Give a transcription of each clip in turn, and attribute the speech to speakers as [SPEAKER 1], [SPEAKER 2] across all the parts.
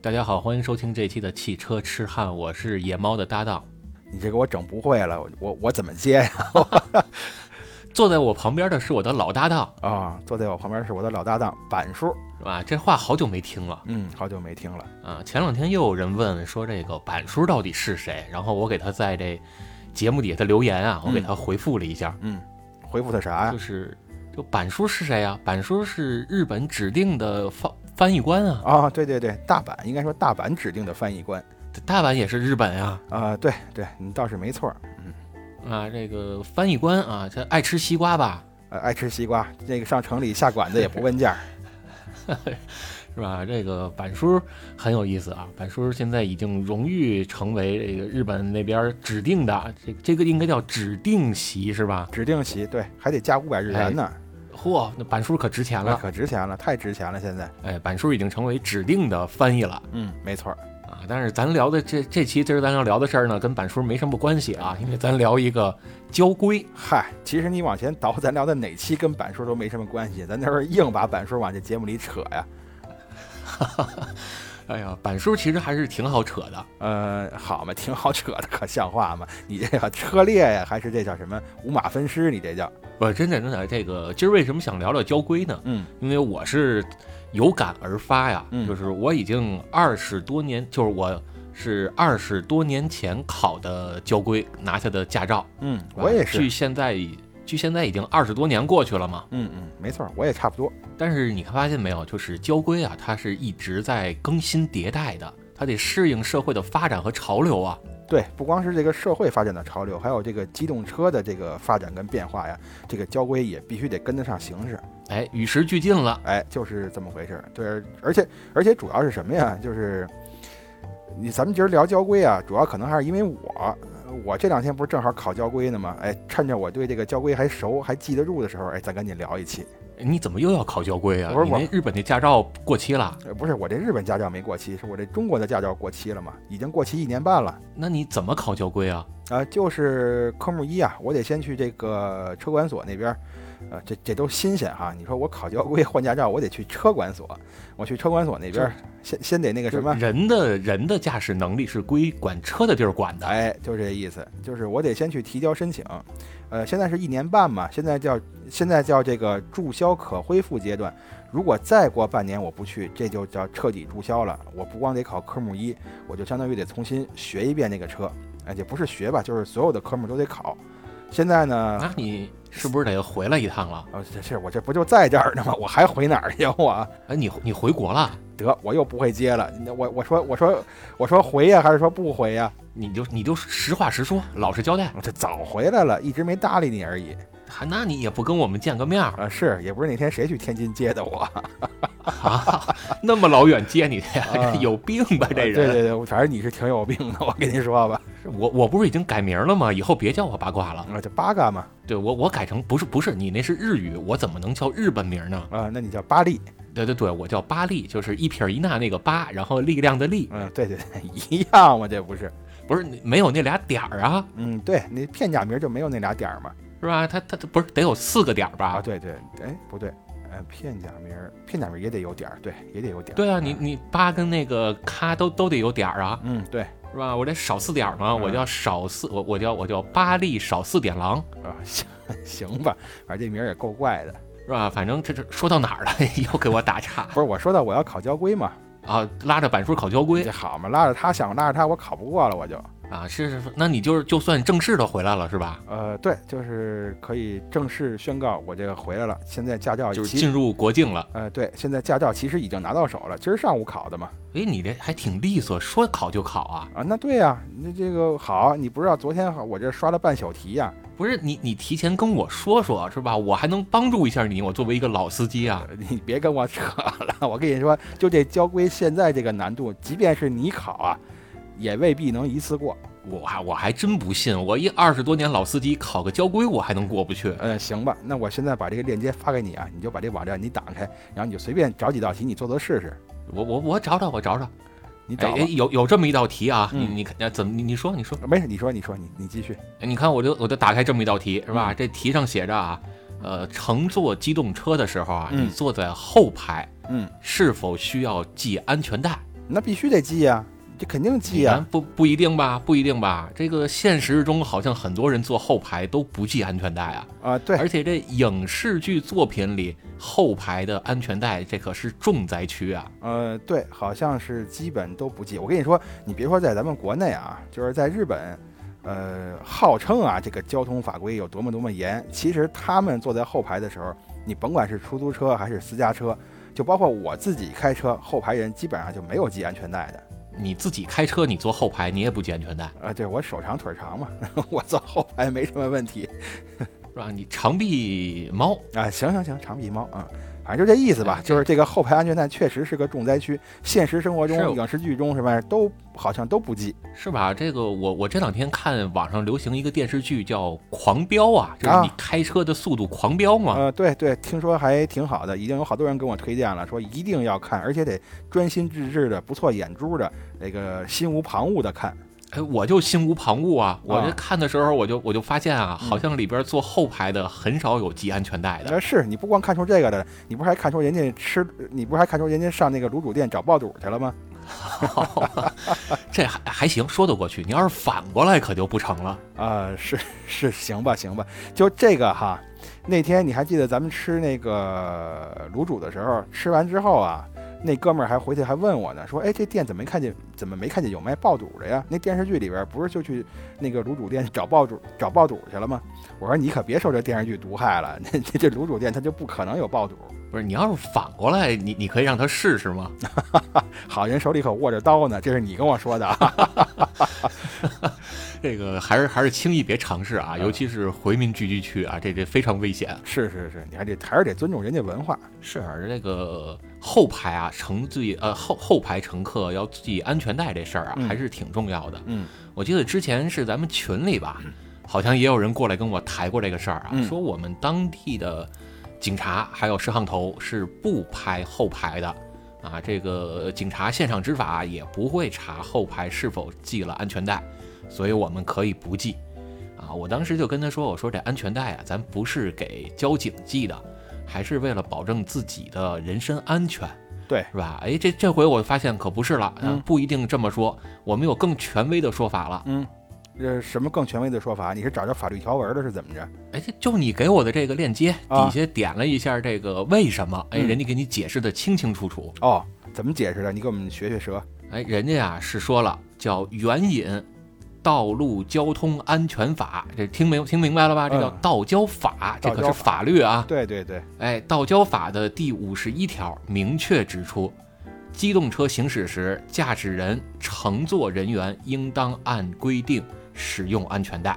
[SPEAKER 1] 大家好，欢迎收听这一期的汽车痴汉，我是野猫的搭档。
[SPEAKER 2] 你这给我整不会了，我我我怎么接呀？
[SPEAKER 1] 坐在我旁边的是我的老搭档，
[SPEAKER 2] 啊、坐在我旁边是我的老搭档板叔，
[SPEAKER 1] 是吧？这话好久没听了
[SPEAKER 2] 嗯，好久没听了，
[SPEAKER 1] 啊！前两天又有人问说这个板叔到底是谁，然后我给他在这节目底下的留言啊，我给他回复了一下，
[SPEAKER 2] 嗯，回复他啥呀
[SPEAKER 1] 就？是就板叔是谁啊？板叔是日本指定的翻翻译官啊，
[SPEAKER 2] 啊、对对对，大阪应该说大阪指定的翻译官
[SPEAKER 1] 大阪也是日本啊
[SPEAKER 2] 啊、对对，你倒是没错儿，
[SPEAKER 1] 啊！这个翻译官啊，他爱吃西瓜吧？
[SPEAKER 2] 呃，爱吃西瓜，那个上城里下馆子也不问 价儿，
[SPEAKER 1] 是吧？这个板叔很有意思啊，板叔现在已经荣誉成为这个日本那边指定的，这这个应该叫指定席是吧？
[SPEAKER 2] 指定席，对，还得加五百日元呢，
[SPEAKER 1] 嚯，那板叔可值钱
[SPEAKER 2] 那
[SPEAKER 1] 哎了，
[SPEAKER 2] 可值钱了，太值钱了，现在，
[SPEAKER 1] 哎，板叔已经成为指定的翻译了
[SPEAKER 2] 嗯，没错儿，
[SPEAKER 1] 啊。但是咱聊的这这期今儿咱要聊的事儿呢，跟板叔没什么关系啊，因为咱聊一个交规，
[SPEAKER 2] 嗨，其实你往前倒，咱聊的哪期跟板叔都没什么关系，咱那是硬把板叔往这节目里扯呀，
[SPEAKER 1] 哎呀，板叔其实还是挺好扯的，
[SPEAKER 2] 呃，好嘛，挺好扯的，可像话吗？你这叫车裂呀，还是这叫什么五马分尸？你这叫
[SPEAKER 1] 不是真的真的。这个今儿为什么想聊聊交规呢？
[SPEAKER 2] 嗯
[SPEAKER 1] 因为我是有感而发呀，
[SPEAKER 2] 嗯
[SPEAKER 1] 就是我已经二十多年，就是我是二十多年前考的交规拿下的驾照，
[SPEAKER 2] 嗯，
[SPEAKER 1] 吧
[SPEAKER 2] 我也
[SPEAKER 1] 距
[SPEAKER 2] 是，
[SPEAKER 1] 现在已距现在已经二十多年过去了嘛。
[SPEAKER 2] 嗯嗯，没错，我也差不多。
[SPEAKER 1] 但是你发现没有，就是交规啊，它是一直在更新迭代的，它得适应社会的发展和潮流啊。
[SPEAKER 2] 对，不光是这个社会发展的潮流，还有这个机动车的这个发展跟变化呀，这个交规也必须得跟得上形势。
[SPEAKER 1] 哎，与时俱进了，
[SPEAKER 2] 哎，就是这么回事儿。对，而且而且主要是什么呀？就是你咱们今儿聊交规啊，主要可能还是因为我，我这两天不是正好考交规呢吗？哎，趁着我对这个交规还熟还记得住的时候，哎，咱赶紧聊一期。
[SPEAKER 1] 你怎么又要考交规啊
[SPEAKER 2] 不？是
[SPEAKER 1] 你
[SPEAKER 2] 我
[SPEAKER 1] 那日本那驾照过期了，
[SPEAKER 2] 呃，不是我这日本驾照没过期，是我这中国的驾照过期了嘛？已经过期一年半了。
[SPEAKER 1] 那你怎么考交规啊？
[SPEAKER 2] 啊、就是科目一啊，我得先去这个车管所那边儿，呃，这这都新鲜哈。你说我考交规 换驾照，我得去车管所，我去车管所那边儿先先得那个什么，
[SPEAKER 1] 人的人的驾驶能力是归管车的地儿管的。
[SPEAKER 2] 哎，就这意思，就是我得先去提交申请，呃，现在是一年半嘛，现在叫现在叫这个注销可恢复阶段。如果再过半年我不去，这就叫彻底注销了。我不光得考科目一，我就相当于得重新学一遍那个车，哎，也不是学吧，就是所有的科目都得考。现在呢，
[SPEAKER 1] 那你是不是得回来一趟了？
[SPEAKER 2] 呃，这这我这不就在这儿呢吗？我还回哪儿去啊我？
[SPEAKER 1] 哎，你你回国了，
[SPEAKER 2] 得，我又不会接了。那我我说我说我说回呀、还是说不回呀、
[SPEAKER 1] 你就你就实话实说，老实交代。
[SPEAKER 2] 我这早回来了，一直没搭理你而已。
[SPEAKER 1] 还那你也不跟我们见个面儿
[SPEAKER 2] 啊，是，也不是那天谁去天津接的我，
[SPEAKER 1] 啊？那么老远接你去，
[SPEAKER 2] 啊
[SPEAKER 1] 有病吧 这
[SPEAKER 2] 对
[SPEAKER 1] 人？
[SPEAKER 2] 对对，反正你是挺有病的，我跟你说吧，
[SPEAKER 1] 我我不是已经改名了吗？以后别叫我八卦了。
[SPEAKER 2] 啊，这八嘎嘛，
[SPEAKER 1] 对我我改成不是不是你那是日语，我怎么能叫日本名呢？
[SPEAKER 2] 啊、那你叫巴力，
[SPEAKER 1] 对对对，我叫巴力，就是一撇一捺那个巴，然后力量的力，
[SPEAKER 2] 嗯，对 对对，一样嘛，这不是，
[SPEAKER 1] 不是你没有那俩点儿啊，
[SPEAKER 2] 嗯，对，那片假名就没有那俩点儿嘛，
[SPEAKER 1] 是吧？它它它不是得有四个点儿吧
[SPEAKER 2] 啊，？对对，哎，不对，呃，片假名，片假名也得有点儿，对，也得有点儿，
[SPEAKER 1] 对啊，你你八跟那个咔都都得有点儿啊，
[SPEAKER 2] 嗯，对，
[SPEAKER 1] 是吧？我得少四点儿嘛，
[SPEAKER 2] 嗯
[SPEAKER 1] 我叫少四，我我叫我叫八力少四点狼，
[SPEAKER 2] 啊，行行吧，反正这名儿也够怪的，
[SPEAKER 1] 是吧？反正这这说到哪儿了， 又给我打岔
[SPEAKER 2] 不是，我说到我要考交规嘛，
[SPEAKER 1] 啊！拉着板书考交规
[SPEAKER 2] 这好嘛，拉着他想拉着他，我考不过了，我就，
[SPEAKER 1] 啊，是是，是那你就是就算正式的回来了是吧？
[SPEAKER 2] 呃，对，就是可以正式宣告我这个回来了，现在驾照
[SPEAKER 1] 就是
[SPEAKER 2] 啊其
[SPEAKER 1] 进入国境了。
[SPEAKER 2] 呃，对，现在驾照其实已经拿到手了，今儿上午考的嘛。
[SPEAKER 1] 哎，你这还挺利索，说考就考啊？
[SPEAKER 2] 啊，那对呀、那这个好，你不知道昨天好我这刷了半宿题呀、
[SPEAKER 1] 不是你你提前跟我说说是吧？我还能帮助一下你，我作为一个老司机啊。
[SPEAKER 2] 呃你别跟我扯了，我跟你说，就这交规现在这个难度，即便是你考啊，也未必能一次过。
[SPEAKER 1] 我还我还真不信，我一二十多年老司机考个交规我还能过不去。
[SPEAKER 2] 呃，行吧，那我现在把这个链接发给你啊，你就把这网站你打开，然后你就随便找几道题，你做做试试。
[SPEAKER 1] 我我我找找我找找。
[SPEAKER 2] 你
[SPEAKER 1] 哎
[SPEAKER 2] 找吧，
[SPEAKER 1] 哎，有有这么一道题啊，
[SPEAKER 2] 嗯
[SPEAKER 1] 你你看哎怎么你你说你说，
[SPEAKER 2] 没事，你说，你说，你你继续。
[SPEAKER 1] 哎你看我就我就打开这么一道题是
[SPEAKER 2] 嗯
[SPEAKER 1] 吧？这题上写着啊，呃，乘坐机动车的时候啊，
[SPEAKER 2] 嗯
[SPEAKER 1] 你坐在后排
[SPEAKER 2] 嗯
[SPEAKER 1] 是否需要系安全带？
[SPEAKER 2] 那必须得记呀、这肯定记
[SPEAKER 1] 你
[SPEAKER 2] 呀、
[SPEAKER 1] 看不不一定吧，不一定吧。这个现实中好像很多人坐后排都不系安全带啊，
[SPEAKER 2] 啊、对，
[SPEAKER 1] 而且这影视剧作品里后排的安全带这可是重灾区啊。
[SPEAKER 2] 呃，对，好像是基本都不记。我跟你说，你别说在咱们国内啊，就是在日本，呃，号称啊这个交通法规有多么多么严，其实他们坐在后排的时候，你甭管是出租车还是私家车，就包括我自己开车，后排人基本上就没有系安全带的。
[SPEAKER 1] 你自己开车，你坐后排，你也不系安全带
[SPEAKER 2] 啊、对我手长腿长嗯嘛，我坐后排没什么问题
[SPEAKER 1] 是吧？你长臂猫，
[SPEAKER 2] 啊。 行行行，长臂猫啊，反正就这意思吧
[SPEAKER 1] 哎。这
[SPEAKER 2] 就是这个后排安全带确实是个重灾区，现实生活中
[SPEAKER 1] 是、
[SPEAKER 2] 影视剧中是吧，都好像都不记
[SPEAKER 1] 是吧？这个我我这两天看网上流行一个电视剧叫《狂飙》啊，就是
[SPEAKER 2] 啊
[SPEAKER 1] 你开车的速度狂飙嘛。
[SPEAKER 2] 呃，对对，听说还挺好的，已经有好多人跟我推荐了，说一定要看，而且得专心致志的，不错眼珠的，那个心无旁骛的看。
[SPEAKER 1] 哎，我就心无旁骛啊！我
[SPEAKER 2] 啊
[SPEAKER 1] 这看的时候，我就我就发现啊，
[SPEAKER 2] 嗯
[SPEAKER 1] 好像里边坐后排的很少有系安全带 的。
[SPEAKER 2] 呃，是你不光看出这个的，你不是还看出人家吃，你不是还看出人家上那个卤煮店找爆肚去了吗？
[SPEAKER 1] 这还还行，说得过去。你要是反过来可就不成了。
[SPEAKER 2] 啊、是是，行吧行吧，就这个哈。那天你还记得咱们吃那个卤煮的时候，吃完之后啊，那哥们儿还回去还问我呢，说：“哎，这店怎么没看见？怎么没看见有卖爆肚的呀？那电视剧里边不是就去那个卤煮店找爆肚找爆肚去了吗？”我说：“你可别受这电视剧毒害了， 这这这卤煮店它就不可能有爆肚。
[SPEAKER 1] 不是，你要是反过来，你你可以让他试试吗？
[SPEAKER 2] 好人手里可握着刀呢，这是你跟我说的啊。
[SPEAKER 1] 这个还是还是轻易别尝试啊，
[SPEAKER 2] 嗯
[SPEAKER 1] 尤其是回民聚居区啊，这这非常危险。
[SPEAKER 2] 是是是，你还得还是得尊重人家文化。
[SPEAKER 1] 是这个后排啊，乘自己呃后后排乘客要系安全带这事儿啊，
[SPEAKER 2] 嗯
[SPEAKER 1] 还是挺重要的。
[SPEAKER 2] 嗯
[SPEAKER 1] 我记得之前是咱们群里吧，好像也有人过来跟我抬过这个事儿啊，
[SPEAKER 2] 嗯
[SPEAKER 1] 说我们当地的警察还有摄像头是不拍后排的。啊，这个警察现场执法也不会查后排是否系了安全带，所以我们可以不系。啊，我当时就跟他说：“我说这安全带啊，咱不是给交警系的，还是为了保证自己的人身安全，
[SPEAKER 2] 对
[SPEAKER 1] 是吧？”哎，这这回我发现可不是了，啊
[SPEAKER 2] 嗯
[SPEAKER 1] 不一定这么说，我们有更权威的说法了。
[SPEAKER 2] 嗯，这什么更权威的说法？你是找着法律条文了是怎么着？
[SPEAKER 1] 哎，这就你给我的这个链接
[SPEAKER 2] 啊
[SPEAKER 1] 底下点了一下这个为什么，哎，
[SPEAKER 2] 嗯
[SPEAKER 1] 人家给你解释的清清楚楚。
[SPEAKER 2] 哦，怎么解释的？你给我们学学蛇。
[SPEAKER 1] 哎，人家呀、是说了叫援引《道路交通安全法》，这听明听明白了吧？这叫
[SPEAKER 2] 嗯
[SPEAKER 1] 道交法，这
[SPEAKER 2] 道
[SPEAKER 1] 可
[SPEAKER 2] 交
[SPEAKER 1] 是
[SPEAKER 2] 法
[SPEAKER 1] 法律啊。
[SPEAKER 2] 对对对，
[SPEAKER 1] 哎，道交法的第五十一条明确指出，机动车行驶时，驾驶人、乘坐人员应当按规定使用安全带；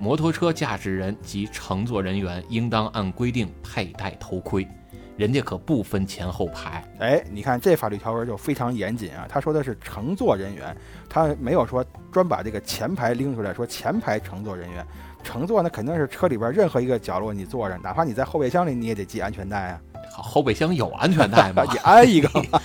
[SPEAKER 1] 摩托车驾驶人及乘坐人员应当按规定佩戴头盔。人家可不分前后排，
[SPEAKER 2] 哎，你看这法律条文就非常严谨啊。他说的是乘坐人员，他没有说专把这个前排拎出来说前排乘坐人员。乘坐那肯定是车里边任何一个角落你坐着，哪怕你在后备箱里，你也得系安全带 啊，
[SPEAKER 1] 好后备箱有安全带
[SPEAKER 2] ？
[SPEAKER 1] 吗
[SPEAKER 2] 你安一个嘛。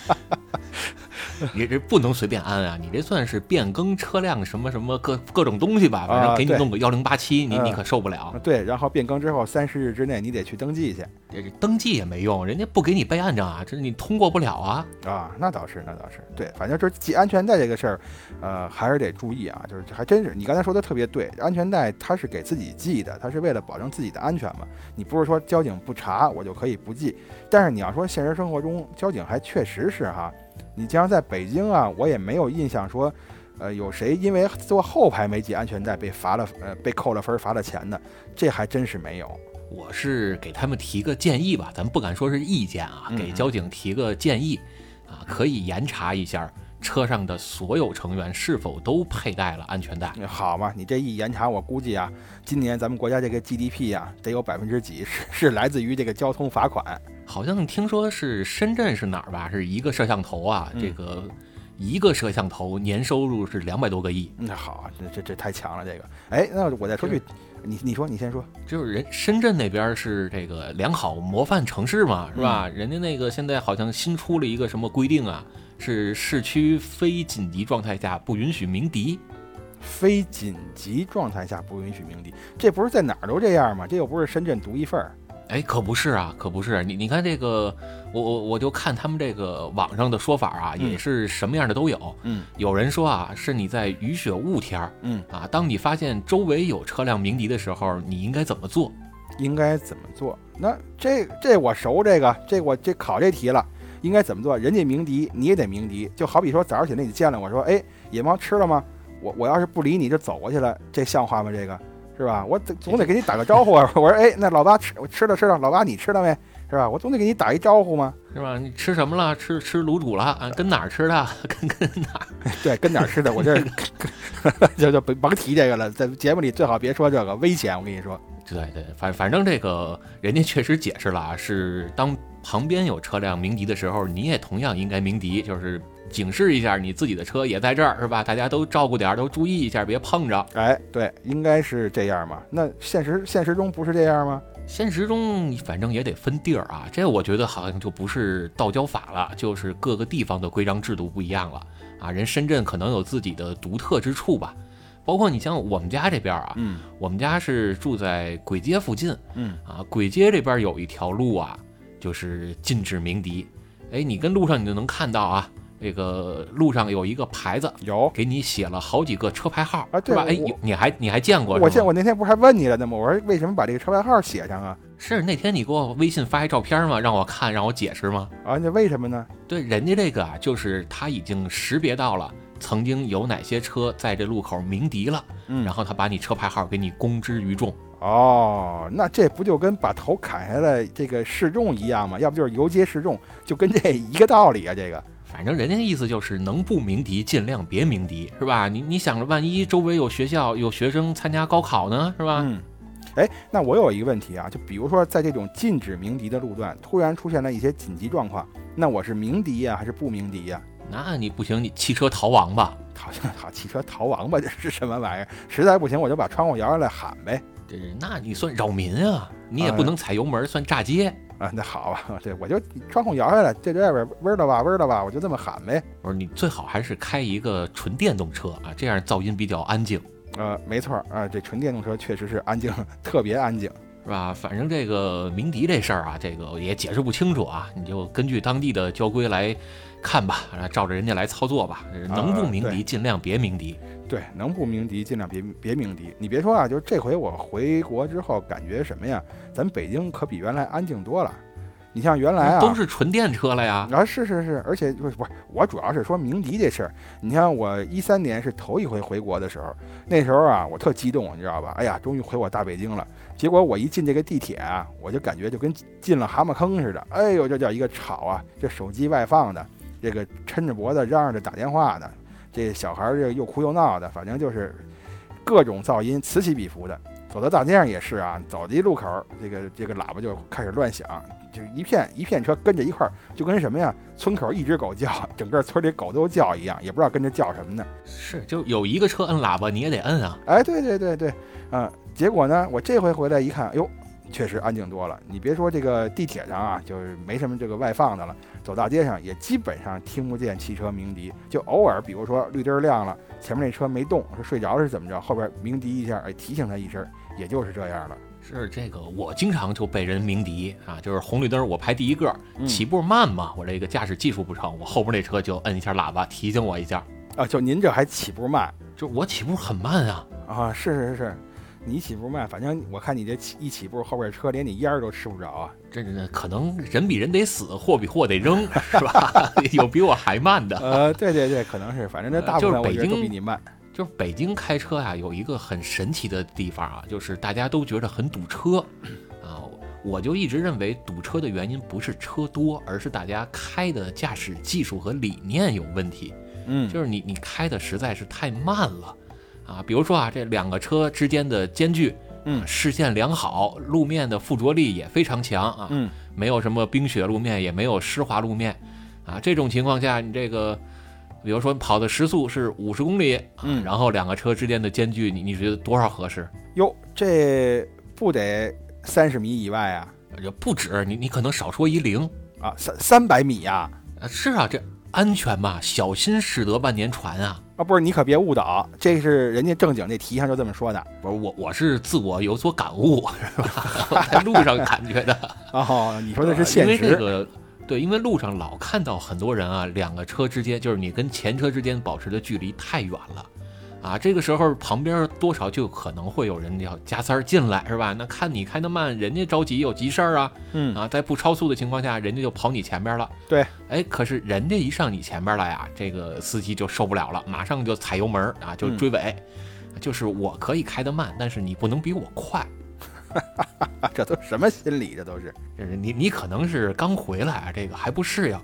[SPEAKER 1] 你这不能随便安啊！你这算是变更车辆什么什么各各种东西吧？反正
[SPEAKER 2] 啊
[SPEAKER 1] 给你
[SPEAKER 2] 对
[SPEAKER 1] 弄个幺零八七，你你
[SPEAKER 2] 嗯
[SPEAKER 1] 可受不了。
[SPEAKER 2] 对，然后变更之后三十日之内你得去登记去
[SPEAKER 1] 这这登记也没用，人家不给你备案章啊，这你通过不了啊。
[SPEAKER 2] 啊。那倒是，那倒是，对，反正就是系安全带这个事儿，呃，还是得注意啊。就是还真是你刚才说的特别对，安全带它是给自己系的，它是为了保证自己的安全嘛。你不是说交警不查我就可以不记，但是你要说现实生活中，交警还确实是哈，你像在北京啊，我也没有印象说，呃，有谁因为坐后排没系安全带被罚了，呃，被扣了分儿罚了钱的，这还真是没有。
[SPEAKER 1] 我是给他们提个建议吧，咱们不敢说是意见啊，
[SPEAKER 2] 嗯
[SPEAKER 1] 给交警提个建议啊，可以严查一下车上的所有成员是否都佩戴了安全带。
[SPEAKER 2] 好嘛，你这一严查，我估计啊，今年咱们国家这个 GDP 啊，得有百分之几是是来自于这个交通罚款。
[SPEAKER 1] 好像听说是深圳是哪儿吧？是一个摄像头啊，
[SPEAKER 2] 嗯
[SPEAKER 1] 这个一个摄像头年收入是两百多个亿，
[SPEAKER 2] 那嗯好，这这这太强了，这个。哎，那我再说句，你你说，你先说。
[SPEAKER 1] 就是人深圳那边是这个良好模范城市嘛，是
[SPEAKER 2] 嗯
[SPEAKER 1] 吧？人家那个现在好像新出了一个什么规定啊，是市区非紧急状态下不允许鸣笛。
[SPEAKER 2] 非紧急状态下不允许鸣笛，这不是在哪儿都这样吗？这又不是深圳独一份儿。
[SPEAKER 1] 哎，可不是啊，可不是。你你看这个，我我我就看他们这个网上的说法啊，
[SPEAKER 2] 嗯
[SPEAKER 1] 也是什么样的都有。
[SPEAKER 2] 嗯
[SPEAKER 1] 有人说啊，是你在雨雪雾天儿
[SPEAKER 2] 嗯，
[SPEAKER 1] 啊，当你发现周围有车辆鸣笛的时候，你应该怎么做？
[SPEAKER 2] 应该怎么做？那这这我熟这个，这我这考这题了，应该怎么做？人家鸣笛，你也得鸣笛。就好比说早上起来你见了我说，哎，野猫吃了吗？我我要是不理你就走过去了，这像话吗？这个是吧？我得总得给你打个招呼啊！ 我说，哎，那老八吃我吃了吃了，老八你吃了没？是吧？我总得给你打一招呼嘛。
[SPEAKER 1] 是吧？你吃什么了？吃吃卤煮了啊？跟哪儿吃的？跟跟哪儿？
[SPEAKER 2] 对，跟点儿 吃的，我这就就甭甭提这个了，在节目里最好别说这个，危险。我跟你说，
[SPEAKER 1] 对对，反反正这个人家确实解释了啊，是当旁边有车辆鸣笛的时候，你也同样应该鸣笛，就是警示一下你自己的车也在这儿，是吧？大家都照顾点儿，都注意一下，别碰着。
[SPEAKER 2] 哎，对，应该是这样嘛。那现实现实中不是这样吗？
[SPEAKER 1] 现实中反正也得分地儿啊，这我觉得好像就不是道交法了，就是各个地方的规章制度不一样了啊。人深圳可能有自己的独特之处吧，包括你像我们家这边啊，
[SPEAKER 2] 嗯
[SPEAKER 1] 我们家是住在簋街附近
[SPEAKER 2] 嗯，
[SPEAKER 1] 啊，簋街这边有一条路啊，就是禁止鸣笛。哎，你跟路上你就能看到啊，这个路上有一个牌子，
[SPEAKER 2] 有。
[SPEAKER 1] 给你写了好几个车牌号，
[SPEAKER 2] 啊对
[SPEAKER 1] 是吧？哎，
[SPEAKER 2] 我
[SPEAKER 1] 有你还你还见过是吗？
[SPEAKER 2] 我见我那天不是还问你了呢吗？我说为什么把这个车牌号写上啊？
[SPEAKER 1] 是那天你给我微信发一照片吗？让我看，让我解释吗？
[SPEAKER 2] 啊，那为什么呢？
[SPEAKER 1] 对，人家这个啊，就是他已经识别到了曾经有哪些车在这路口鸣笛了，
[SPEAKER 2] 嗯
[SPEAKER 1] 然后他把你车牌号给你公之于众。
[SPEAKER 2] 哦，那这不就跟把头砍下来这个示众一样吗？要不就是游街示众，就跟这一个道理啊。这个
[SPEAKER 1] 反正人家意思就是能不鸣笛尽量别鸣笛，是吧？你你想着万一周围有学校有学生参加高考呢，是吧？
[SPEAKER 2] 嗯，哎，那我有一个问题啊，就比如说在这种禁止鸣笛的路段，突然出现了一些紧急状况，那我是鸣笛呀、还是不鸣笛呀、
[SPEAKER 1] 那你不行，你弃车逃亡吧。
[SPEAKER 2] 好像好汽车逃亡吧，这是什么玩意儿？实在不行，我就把窗户摇下来喊呗。
[SPEAKER 1] 这那你算扰民啊，你也
[SPEAKER 2] 啊
[SPEAKER 1] 不能踩油门算炸街。
[SPEAKER 2] 啊，那好吧，对，我就窗户摇下来，在这外边嗡儿了吧，嗡儿了吧，我就这么喊呗。
[SPEAKER 1] 我说你最好还是开一个纯电动车啊，这样噪音比较安静。
[SPEAKER 2] 呃，没错儿啊、这纯电动车确实是安静， 特别安静。
[SPEAKER 1] 是吧？反正这个鸣笛这事儿啊，这个也解释不清楚啊，你就根据当地的交规来看吧，啊，照着人家来操作吧。呃能不鸣
[SPEAKER 2] 啊对
[SPEAKER 1] 笛尽量别鸣笛。
[SPEAKER 2] 对，能不鸣笛尽量别别鸣笛。你别说啊，就是这回我回国之后，感觉什么呀？咱北京可比原来安静多了。你像原来啊，
[SPEAKER 1] 都是纯电车了呀。
[SPEAKER 2] 啊，是是是，而且就是不是我主要是说鸣笛这事儿。你像我一三年是头一回回国的时候，那时候啊，我特激动，你知道吧？哎呀，终于回我大北京了。结果我一进这个地铁啊，我就感觉就跟进了蛤蟆坑似的。哎呦，这叫一个吵啊！这手机外放的，这个抻着脖子嚷着打电话的，这小孩儿这又哭又闹的，反正就是各种噪音此起彼伏的。走到大街上也是啊，走到一路口儿，这个这个喇叭就开始乱响，就是一片一片车跟着一块儿，就跟什么呀，村口一只狗叫，整个村里狗都叫一样，也不知道跟着叫什么呢。
[SPEAKER 1] 是，就有一个车摁喇叭，你也得摁啊。
[SPEAKER 2] 哎，对对对对，啊、结果呢，我这回回来一看，哟，确实安静多了。你别说这个地铁上啊，就是没什么这个外放的了，走大街上也基本上听不见汽车鸣笛，就偶尔，比如说绿灯儿亮了，前面那车没动，是睡着是怎么着，后边鸣笛一下，哎，提醒他一声，也就是这样了。
[SPEAKER 1] 是这个，我经常就被人鸣笛啊，就是红绿灯我排第一个，
[SPEAKER 2] 嗯
[SPEAKER 1] 起步慢嘛，我这个驾驶技术不成，我后边那车就摁一下喇叭提醒我一下，
[SPEAKER 2] 啊，就您这还起步慢
[SPEAKER 1] 就是我起步很慢啊。
[SPEAKER 2] 啊？是是是，你起步慢，反正我看你这起一起步，后边车连你烟儿都吃不着啊。
[SPEAKER 1] 这这可能人比人得死，货比货得扔，是吧？ 有比我还慢 的。
[SPEAKER 2] 呃，对对对，可能是，反正这
[SPEAKER 1] 呃
[SPEAKER 2] 大
[SPEAKER 1] 就
[SPEAKER 2] 部
[SPEAKER 1] 是
[SPEAKER 2] 分我
[SPEAKER 1] 北
[SPEAKER 2] 觉得都
[SPEAKER 1] 京
[SPEAKER 2] 比你慢。
[SPEAKER 1] 就是北京开车呀、有一个很神奇的地方啊，就是大家都觉得很堵车 啊。我就一直认为堵车的原因不是车多，而是大家开的驾驶技术和理念有问题。
[SPEAKER 2] 嗯
[SPEAKER 1] 就是你你开的实在是太慢了啊。比如说啊，这两个车之间的间距，
[SPEAKER 2] 嗯
[SPEAKER 1] 啊视线良好，路面的附着力也非常强啊。
[SPEAKER 2] 嗯，
[SPEAKER 1] 没有什么冰雪路面，也没有湿滑路面，啊，这种情况下，你这个，比如说跑的时速是五十公里，啊
[SPEAKER 2] 嗯
[SPEAKER 1] 然后两个车之间的间距，你你觉得多少合适？
[SPEAKER 2] 哟，这不得三十米以外啊？
[SPEAKER 1] 也呃不止，你你可能少说一零，呃
[SPEAKER 2] 啊，三三百米呀、
[SPEAKER 1] 啊，是啊，这安全嘛，小心驶得万年船啊，
[SPEAKER 2] 啊，不是，你可别误导，啊这是人家正经那题上就这么说的。
[SPEAKER 1] 不是我，我是自我有所感悟， 是吧？我在路上感觉的，
[SPEAKER 2] 哦，你说的是
[SPEAKER 1] 啊呃因
[SPEAKER 2] 现
[SPEAKER 1] 为这
[SPEAKER 2] 实，
[SPEAKER 1] 个，对，因为路上老看到很多人啊，两个车之间，就是你跟前车之间保持的距离太远了，啊，这个时候旁边多少就可能会有人要加塞儿进来，是吧？那看你开得慢，人家着急有急事儿啊，
[SPEAKER 2] 嗯，
[SPEAKER 1] 啊，在不超速的情况下，人家就跑你前边了。
[SPEAKER 2] 对，
[SPEAKER 1] 哎，可是人家一上你前边来啊，这个司机就受不了了，马上就踩油门儿啊，就
[SPEAKER 2] 嗯
[SPEAKER 1] 追尾。就是我可以开得慢，但是你不能比我快。
[SPEAKER 2] 啊，这都什么心理？这都是，
[SPEAKER 1] 就是你你可能是刚回来啊，这个还不适应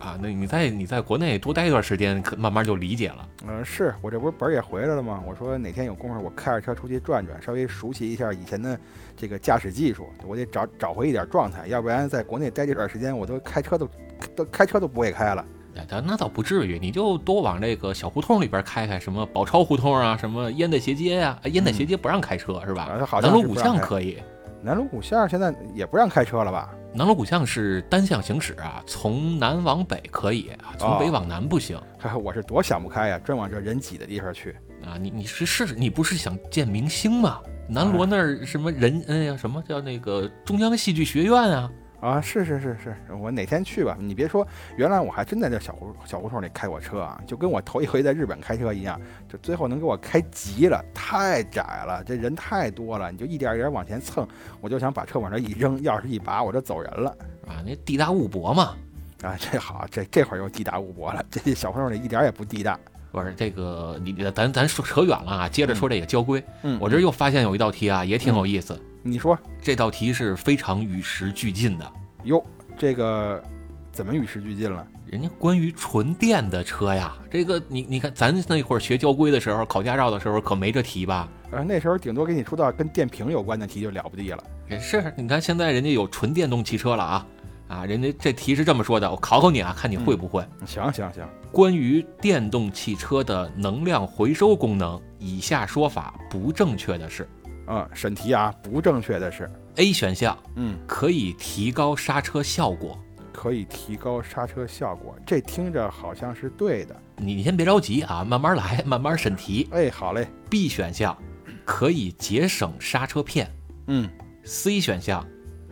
[SPEAKER 1] 啊。那你在你在国内多待一段时间，可慢慢就理解了。
[SPEAKER 2] 嗯，是我这不是本儿也回来了吗？我说哪天有功夫，我开着车出去转转，稍微熟悉一下以前的这个驾驶技术，我得找找回一点状态，要不然在国内待这段时间，我都开车都都开车都不会开了。
[SPEAKER 1] 哎但那倒不至于，你就多往这个小胡同里边开开，什么宝钞胡同啊，什么烟袋斜街呀、啊，烟袋斜街不让开车、是吧？
[SPEAKER 2] 嗯啊，好
[SPEAKER 1] 南
[SPEAKER 2] 像
[SPEAKER 1] 锣
[SPEAKER 2] 是
[SPEAKER 1] 鼓
[SPEAKER 2] 不让
[SPEAKER 1] 巷
[SPEAKER 2] 开
[SPEAKER 1] 可以，
[SPEAKER 2] 南锣鼓巷现在也不让开车了吧？
[SPEAKER 1] 南锣鼓巷是单向行驶啊，从南往北可以啊，
[SPEAKER 2] 哦
[SPEAKER 1] 从北往南不行、
[SPEAKER 2] 哈哈，我是多想不开呀、专往这人挤的地方去。
[SPEAKER 1] 啊。你你是是你不是想见明星吗？南
[SPEAKER 2] 嗯
[SPEAKER 1] 锣那儿什么人哎呀，什么叫那个中央戏剧学院啊？
[SPEAKER 2] 啊，是是是是，我哪天去吧？你别说，原来我还真在这小胡小胡同里开过车啊，就跟我头一回在日本开车一样，就最后能给我开急了，太窄了，这人太多了，你就一点一点往前蹭，我就想把车往这一扔，钥匙一拔，我就走人了。
[SPEAKER 1] 啊，那地大物博嘛。
[SPEAKER 2] 啊， 这好，这这会儿又地大物博了，这小胡同里一点也不地大。
[SPEAKER 1] 不是这个，你咱咱说扯远了啊，接着说这个交规。
[SPEAKER 2] 嗯
[SPEAKER 1] 我这又发现有一道题啊，也挺有意思。
[SPEAKER 2] 你说
[SPEAKER 1] 这道题是非常与时俱进的。
[SPEAKER 2] 哟，这个怎么与时俱进了？
[SPEAKER 1] 人家关于纯电的车呀，这个你你看，咱那会儿学交规的时候，考驾照的时候可没这题吧？
[SPEAKER 2] 呃，那时候顶多给你出道跟电瓶有关的题就了不地了。
[SPEAKER 1] 也是，你看现在人家有纯电动汽车了啊啊！人家这题是这么说的，我考考你啊，看你会不会。
[SPEAKER 2] 行行行，
[SPEAKER 1] 关于电动汽车的能量回收功能，以下说法不正确的是
[SPEAKER 2] 嗯，审题啊，不正确的是，
[SPEAKER 1] ：A 选项
[SPEAKER 2] 嗯，
[SPEAKER 1] 可以提高刹车效果。
[SPEAKER 2] 可以提高刹车效果，这听着好像是对的。
[SPEAKER 1] 你你先别着急啊，慢慢来， 慢慢审题。
[SPEAKER 2] 哎，好嘞，
[SPEAKER 1] B 选项可以节省刹车片
[SPEAKER 2] 嗯
[SPEAKER 1] ，C 选项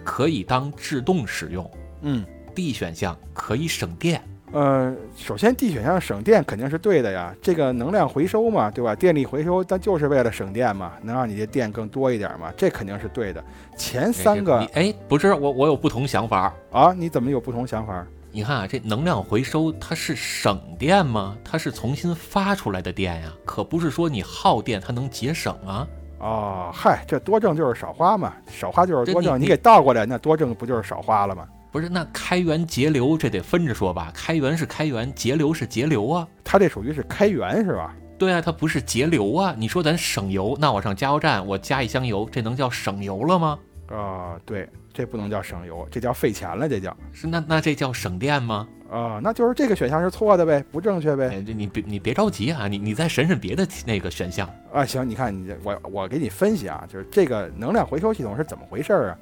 [SPEAKER 1] 可以当制动使用
[SPEAKER 2] 嗯，
[SPEAKER 1] ，D 选项可以省电。
[SPEAKER 2] 呃，首先 D 选项省电肯定是对的呀，这个能量回收嘛，对吧？电力回收，但就是为了省电嘛，能让你的电更多一点嘛，这肯定是对的。前三
[SPEAKER 1] 你
[SPEAKER 2] 个
[SPEAKER 1] 哎，不是我我有不同想法。
[SPEAKER 2] 啊，你怎么有不同想法？
[SPEAKER 1] 你看啊，这能量回收它是省电吗？它是重新发出来的电呀，可不是说你耗电它能节省啊。
[SPEAKER 2] 哦，嗨，这多挣就是少花嘛，少花就是
[SPEAKER 1] 这
[SPEAKER 2] 多
[SPEAKER 1] 你
[SPEAKER 2] 挣，你
[SPEAKER 1] 你
[SPEAKER 2] 给倒过来，那多挣不就是少花了吗？
[SPEAKER 1] 不是，那开源节流这得分着说吧，开源是开源，节流是节流啊。
[SPEAKER 2] 它这属于是开源是吧？
[SPEAKER 1] 对啊，它不是节流啊。你说咱省油，那我上加油站我加一箱油，这能叫省油了吗？
[SPEAKER 2] 啊、对，这不能叫省油，这叫费钱了，这叫
[SPEAKER 1] 是那那这叫省电吗？
[SPEAKER 2] 啊、那就是这个选项是错的呗，不正确呗。
[SPEAKER 1] 哎，这你别你别着急啊，你你再审审别的那个选项。
[SPEAKER 2] 啊，行，你看你这，我我给你分析啊，就是这个能量回收系统是怎么回事儿啊？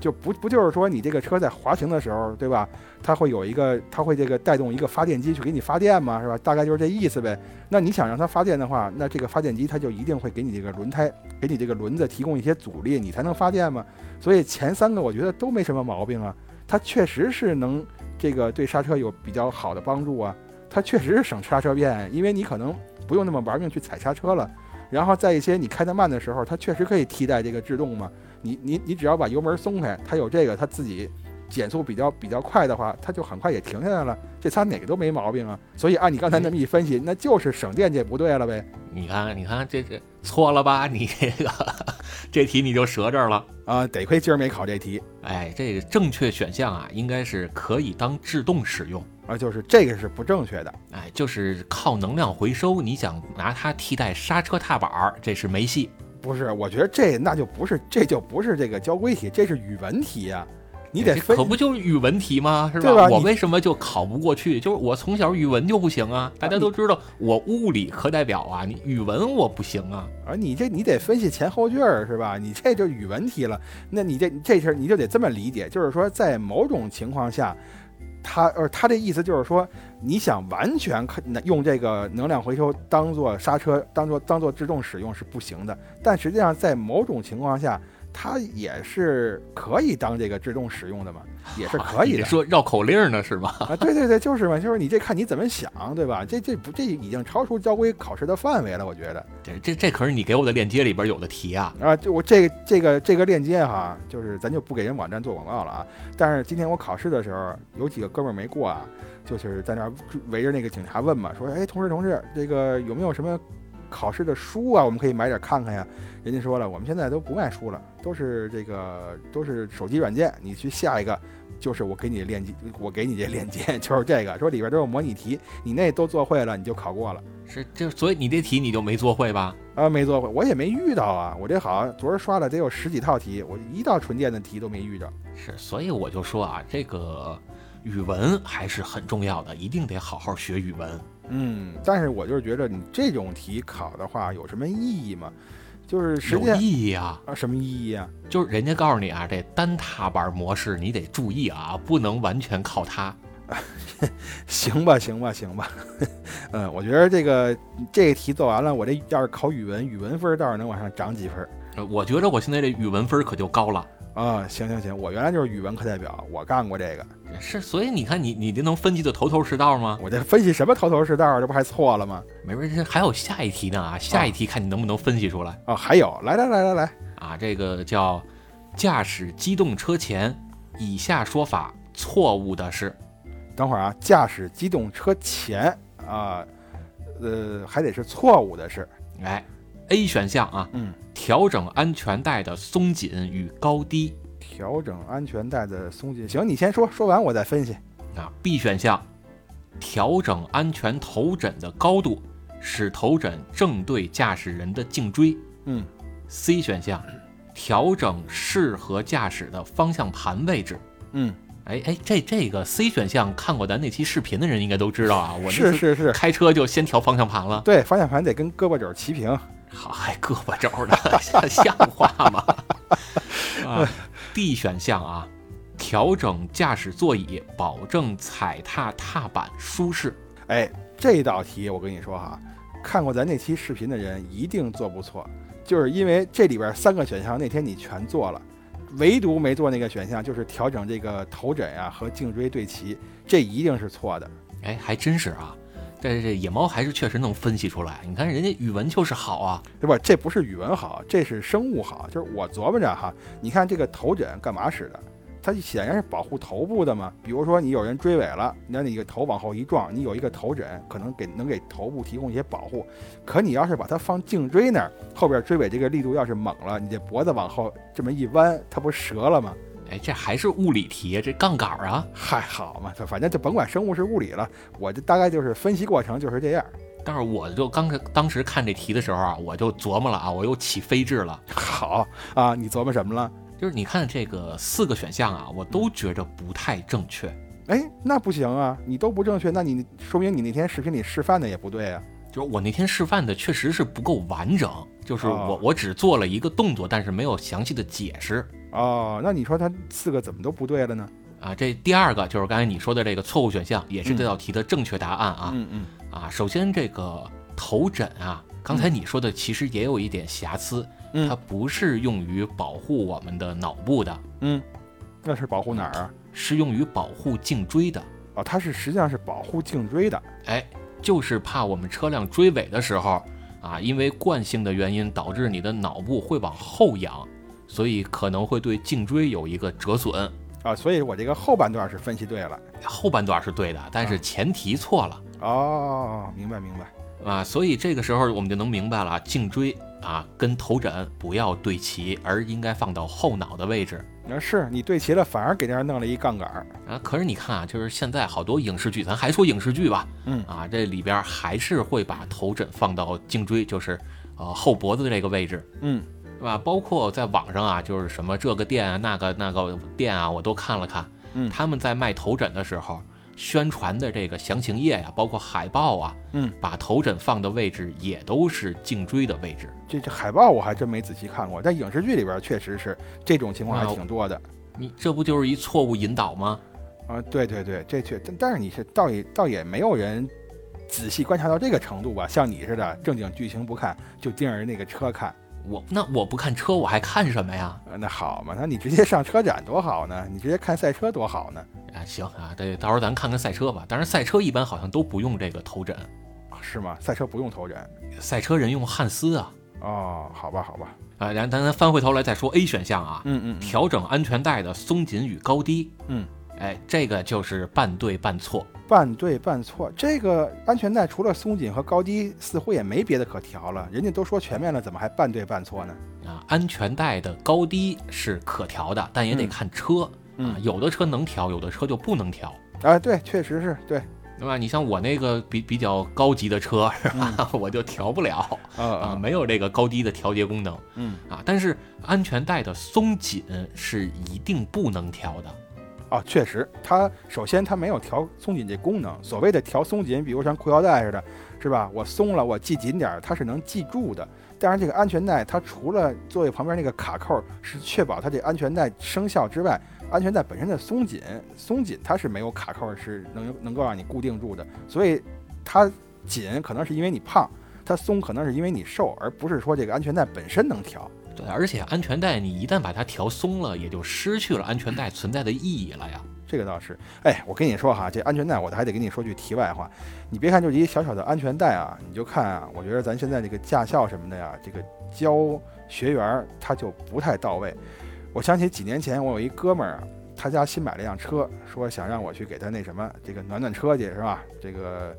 [SPEAKER 2] 就不不就是说你这个车在滑行的时候，对吧？它会有一个，它会这个带动一个发电机去给你发电嘛，是吧？大概就是这意思呗。那你想让它发电的话，那这个发电机它就一定会给你这个轮胎，给你这个轮子提供一些阻力，你才能发电嘛。所以前三个我觉得都没什么毛病啊，它确实是能这个对刹车有比较好的帮助啊，它确实是省刹车片，因为你可能不用那么玩命去踩刹车了。然后在一些你开得慢的时候，它确实可以替代这个制动嘛。你你你只要把油门松开，它有这个，它自己减速比较比较快的话，它就很快也停下来了。这仨哪个都没毛病啊。所以按你刚才那么一分析，那就是省电这不对了呗。
[SPEAKER 1] 你看你看这这错了吧？你这个这题你就折这儿了。
[SPEAKER 2] 啊，得亏今儿没考这题
[SPEAKER 1] 哎，这个正确选项啊，应该是可以当制动使用。
[SPEAKER 2] 啊，就是这个是不正确的。
[SPEAKER 1] 哎，就是靠能量回收，你想拿它替代刹车踏板儿，这是没戏。
[SPEAKER 2] 不是，我觉得这那就不是，这就不是这个交规题，这是语文题呀、你得
[SPEAKER 1] 这
[SPEAKER 2] 分
[SPEAKER 1] 可不就是语文题吗？是吧？
[SPEAKER 2] 对吧
[SPEAKER 1] 我
[SPEAKER 2] 你
[SPEAKER 1] 为什么就考不过去？就是我从小语文就不行啊。大家都知道我物理课代表啊，你语文我不行啊。
[SPEAKER 2] 而你这你得分析前后句儿是吧？你这就语文题了，那你这这事儿你就得这么理解，就是说在某种情况下，他呃，他这意思就是说，你想完全可用这个能量回收当做刹车，当做当做制动使用是不行的。但实际上，在某种情况下，它也是可以当这个制动使用的嘛，也是可以
[SPEAKER 1] 啊你
[SPEAKER 2] 的。
[SPEAKER 1] 说绕口令呢是吗？
[SPEAKER 2] 啊，对对对，就是嘛，就是你这看你怎么想，对吧？这这不这已经超出交规考试的范围了，我觉得
[SPEAKER 1] 这这这可是你给我的链接里边有的题啊！
[SPEAKER 2] 啊，就我这个这个这个链接哈，就是咱就不给人网站做广告了啊。但是今天我考试的时候，有几个哥们儿没过啊，就是在那儿围着那个警察问嘛，说，哎，同志同志，这个有没有什么考试的书啊，我们可以买点看看呀？人家说了，我们现在都不卖书了，都是这个都是手机软件，你去下一个。就是我给你链接，我给你这链接， 就是这个，说里边都有模拟题，你那都做会了，你就考过了。
[SPEAKER 1] 是这，所以你这题你就没做会吧？
[SPEAKER 2] 啊，没做会，我也没遇到啊。我这好像昨儿刷了得有十几套题，我一道纯电的题都没遇着。
[SPEAKER 1] 是，所以我就说啊，这个语文还是很重要的，一定得好好学语文。
[SPEAKER 2] 嗯，但是我就是觉得你这种题考的话，有什么意义吗？就是实
[SPEAKER 1] 有
[SPEAKER 2] 际上
[SPEAKER 1] 意义啊！
[SPEAKER 2] 啊，什么意义啊？
[SPEAKER 1] 就是人家告诉你啊，这单踏板模式你得注意啊，不能完全靠它。
[SPEAKER 2] 行吧，行吧，行吧。 嗯，我觉得这个这个题做完了，我这要是考语文，语文分儿倒是能往上涨几分儿。
[SPEAKER 1] 呃我觉着我现在这语文分儿可就高了。
[SPEAKER 2] 啊、行行行，我原来就是语文课代表，我干过这个。
[SPEAKER 1] 是，所以你看你你这能分析的头头是道吗？
[SPEAKER 2] 我这分析什么头头是道儿，这不还错了吗？
[SPEAKER 1] 没准这还有下一题呢啊，下一题看你能不能分析出来
[SPEAKER 2] 啊、还有，来来来来来，
[SPEAKER 1] 啊。这个叫驾驶机动车前，以下说法错误的是，
[SPEAKER 2] 等会儿啊，驾驶机动车前啊、呃，还得是错误的是，
[SPEAKER 1] 哎，A 选项啊，
[SPEAKER 2] 嗯，
[SPEAKER 1] 调整安全带的松紧与高低
[SPEAKER 2] 调整安全带的松紧。行，你先说，说完我再分析。
[SPEAKER 1] 啊。B 选项，调整安全头枕的高度，使头枕正对驾驶人的颈椎。
[SPEAKER 2] 嗯，
[SPEAKER 1] C 选项，调整适合驾驶的方向盘位置。
[SPEAKER 2] 嗯，
[SPEAKER 1] 哎哎，这这个 C 选项看过咱那期视频的人应该都知道啊，我那
[SPEAKER 2] 是
[SPEAKER 1] 次
[SPEAKER 2] 是是，
[SPEAKER 1] 开车就先调方向盘了，
[SPEAKER 2] 对，方向盘得跟胳膊肘齐平。
[SPEAKER 1] 好，还胳膊肘呢，像话吗？ 啊，D 选项啊，调整驾驶座椅，保证踩踏踏板舒适。
[SPEAKER 2] 哎，这道题我跟你说哈，看过咱那期视频的人一定做不错，就是因为这里边三个选项那天你全做了，唯独没做那个选项，就是调整这个头枕啊和颈椎对齐，这一定是错的。
[SPEAKER 1] 哎，还真是啊，这这野猫还是确实能分析出来。你看人家语文就是好啊，
[SPEAKER 2] 对吧？这不是语文好，这是生物好。就是我琢磨着哈，你看这个头枕干嘛使的？它显然是保护头部的嘛。比如说你有人追尾了，那你个头往后一撞，你有一个头枕，可能给能给头部提供一些保护。可你要是把它放颈椎那儿，后边追尾这个力度要是猛了，你这脖子往后这么一弯，它不折了吗？
[SPEAKER 1] 哎，这还是物理题，这杠杆儿啊。
[SPEAKER 2] 嗨，好嘛，反正就甭管生物是物理了，我这大概就是分析过程就是这样。
[SPEAKER 1] 但是我就刚当时看这题的时候啊，我就琢磨了啊，我又起飞智了。
[SPEAKER 2] 好啊，你琢磨什么了？
[SPEAKER 1] 就是你看这个四个选项啊，我都觉着不太正确。
[SPEAKER 2] 哎，那不行啊！你都不正确，那你说明你那天视频里示范的也不对啊。
[SPEAKER 1] 就是我那天示范的确实是不够完整，就是
[SPEAKER 2] 哦
[SPEAKER 1] 我我只做了一个动作，但是没有详细的解释
[SPEAKER 2] 哦，那你说他四个怎么都不对了呢？
[SPEAKER 1] 啊。这第二个就是刚才你说的这个错误选项，也是这道题的正确答案啊、
[SPEAKER 2] 嗯嗯，
[SPEAKER 1] 啊。首先这个头枕啊，刚才你说的其实也有一点瑕疵，
[SPEAKER 2] 嗯
[SPEAKER 1] 它不是用于保护我们的脑部的，
[SPEAKER 2] 嗯那是保护哪儿啊？
[SPEAKER 1] 是用于保护颈椎的。
[SPEAKER 2] 哦，它是实际上是保护颈椎的。
[SPEAKER 1] 哎，就是怕我们车辆追尾的时候啊，因为惯性的原因导致你的脑部会往后仰，所以可能会对颈椎有一个折损。
[SPEAKER 2] 啊，所以我这个后半段是分析对了。
[SPEAKER 1] 后半段是对的，但是前提错了
[SPEAKER 2] 哦，明白明白。
[SPEAKER 1] 啊，所以这个时候我们就能明白了，颈椎啊跟头枕不要对齐，而应该放到后脑的位置。
[SPEAKER 2] 那是你对齐了，反而给那儿弄了一杠杆儿。
[SPEAKER 1] 啊，可是你看啊，就是现在好多影视剧，咱还说影视剧吧，
[SPEAKER 2] 嗯
[SPEAKER 1] 啊，这里边还是会把头枕放到颈椎，就是呃后脖子这个位置。
[SPEAKER 2] 嗯，
[SPEAKER 1] 是吧？包括在网上啊，就是什么这个店啊、那个那个店啊，我都看了看。
[SPEAKER 2] 嗯
[SPEAKER 1] 他们在卖头枕的时候，宣传的这个详情页呀、包括海报啊，
[SPEAKER 2] 嗯，
[SPEAKER 1] 把头枕放的位置也都是颈椎的位置。
[SPEAKER 2] 这这海报我还真没仔细看过，但啊影视剧里边确实是这种情况还挺多的。
[SPEAKER 1] 你这不就是一错误引导吗？
[SPEAKER 2] 啊，对对对，这确，但但是你是倒也倒也没有人仔细观察到这个程度吧？像你似的，正经剧情不看，就盯着那个车看，
[SPEAKER 1] 我那我不看车，我还看什么呀？
[SPEAKER 2] 呃那好嘛，那你直接上车展多好呢？你直接看赛车多好呢？
[SPEAKER 1] 啊，行啊，对，到时候咱看看赛车吧。当然，赛车一般好像都不用这个头枕，
[SPEAKER 2] 啊是吗？赛车不用头枕
[SPEAKER 1] 赛车人用汉斯啊。
[SPEAKER 2] 哦，好吧，好吧，
[SPEAKER 1] 啊，然咱咱翻回头来再说 A 选项啊，
[SPEAKER 2] 嗯嗯
[SPEAKER 1] 调整安全带的松紧与高低。
[SPEAKER 2] 嗯，
[SPEAKER 1] 哎，这个就是半对半错。
[SPEAKER 2] 半对半错，这个安全带除了松紧和高低，似乎也没别的可调了。人家都说全面了，怎么还半对半错呢？
[SPEAKER 1] 啊，安全带的高低是可调的，但也得
[SPEAKER 2] 嗯
[SPEAKER 1] 看车、啊，
[SPEAKER 2] 嗯，
[SPEAKER 1] 有的车能调，有的车就不能调，
[SPEAKER 2] 啊，对，确实是对，
[SPEAKER 1] 对吧？你像我那个比比较高级的车，是吧？ 我就调不了
[SPEAKER 2] 嗯啊
[SPEAKER 1] 啊，
[SPEAKER 2] 啊，
[SPEAKER 1] 没有这个高低的调节功能
[SPEAKER 2] 嗯，
[SPEAKER 1] 啊。但是安全带的松紧是一定不能调的。
[SPEAKER 2] 哦，确实，它首先它没有调松紧这功能。所谓的调松紧，比如像裤腰带似的，是吧？我松了，我系紧点儿，它是能系住的。当然，这个安全带它除了座位旁边那个卡扣是确保它这安全带生效之外，安全带本身的松紧，松紧它是没有卡扣是能能够让你固定住的。所以它紧可能是因为你胖，它松可能是因为你瘦，而不是说这个安全带本身能调。
[SPEAKER 1] 对，而且安全带你一旦把它调松了，也就失去了安全带存在的意义了呀。
[SPEAKER 2] 这个倒是，哎，我跟你说哈，这安全带我还得跟你说句题外话，你别看就一小小的安全带啊，你就看啊，我觉得咱现在这个驾校什么的呀，这个教学员儿他就不太到位。我想起几年前我有一哥们儿啊，他家新买了辆车，说想让我去给他那什么，这个暖暖车去是吧？这个，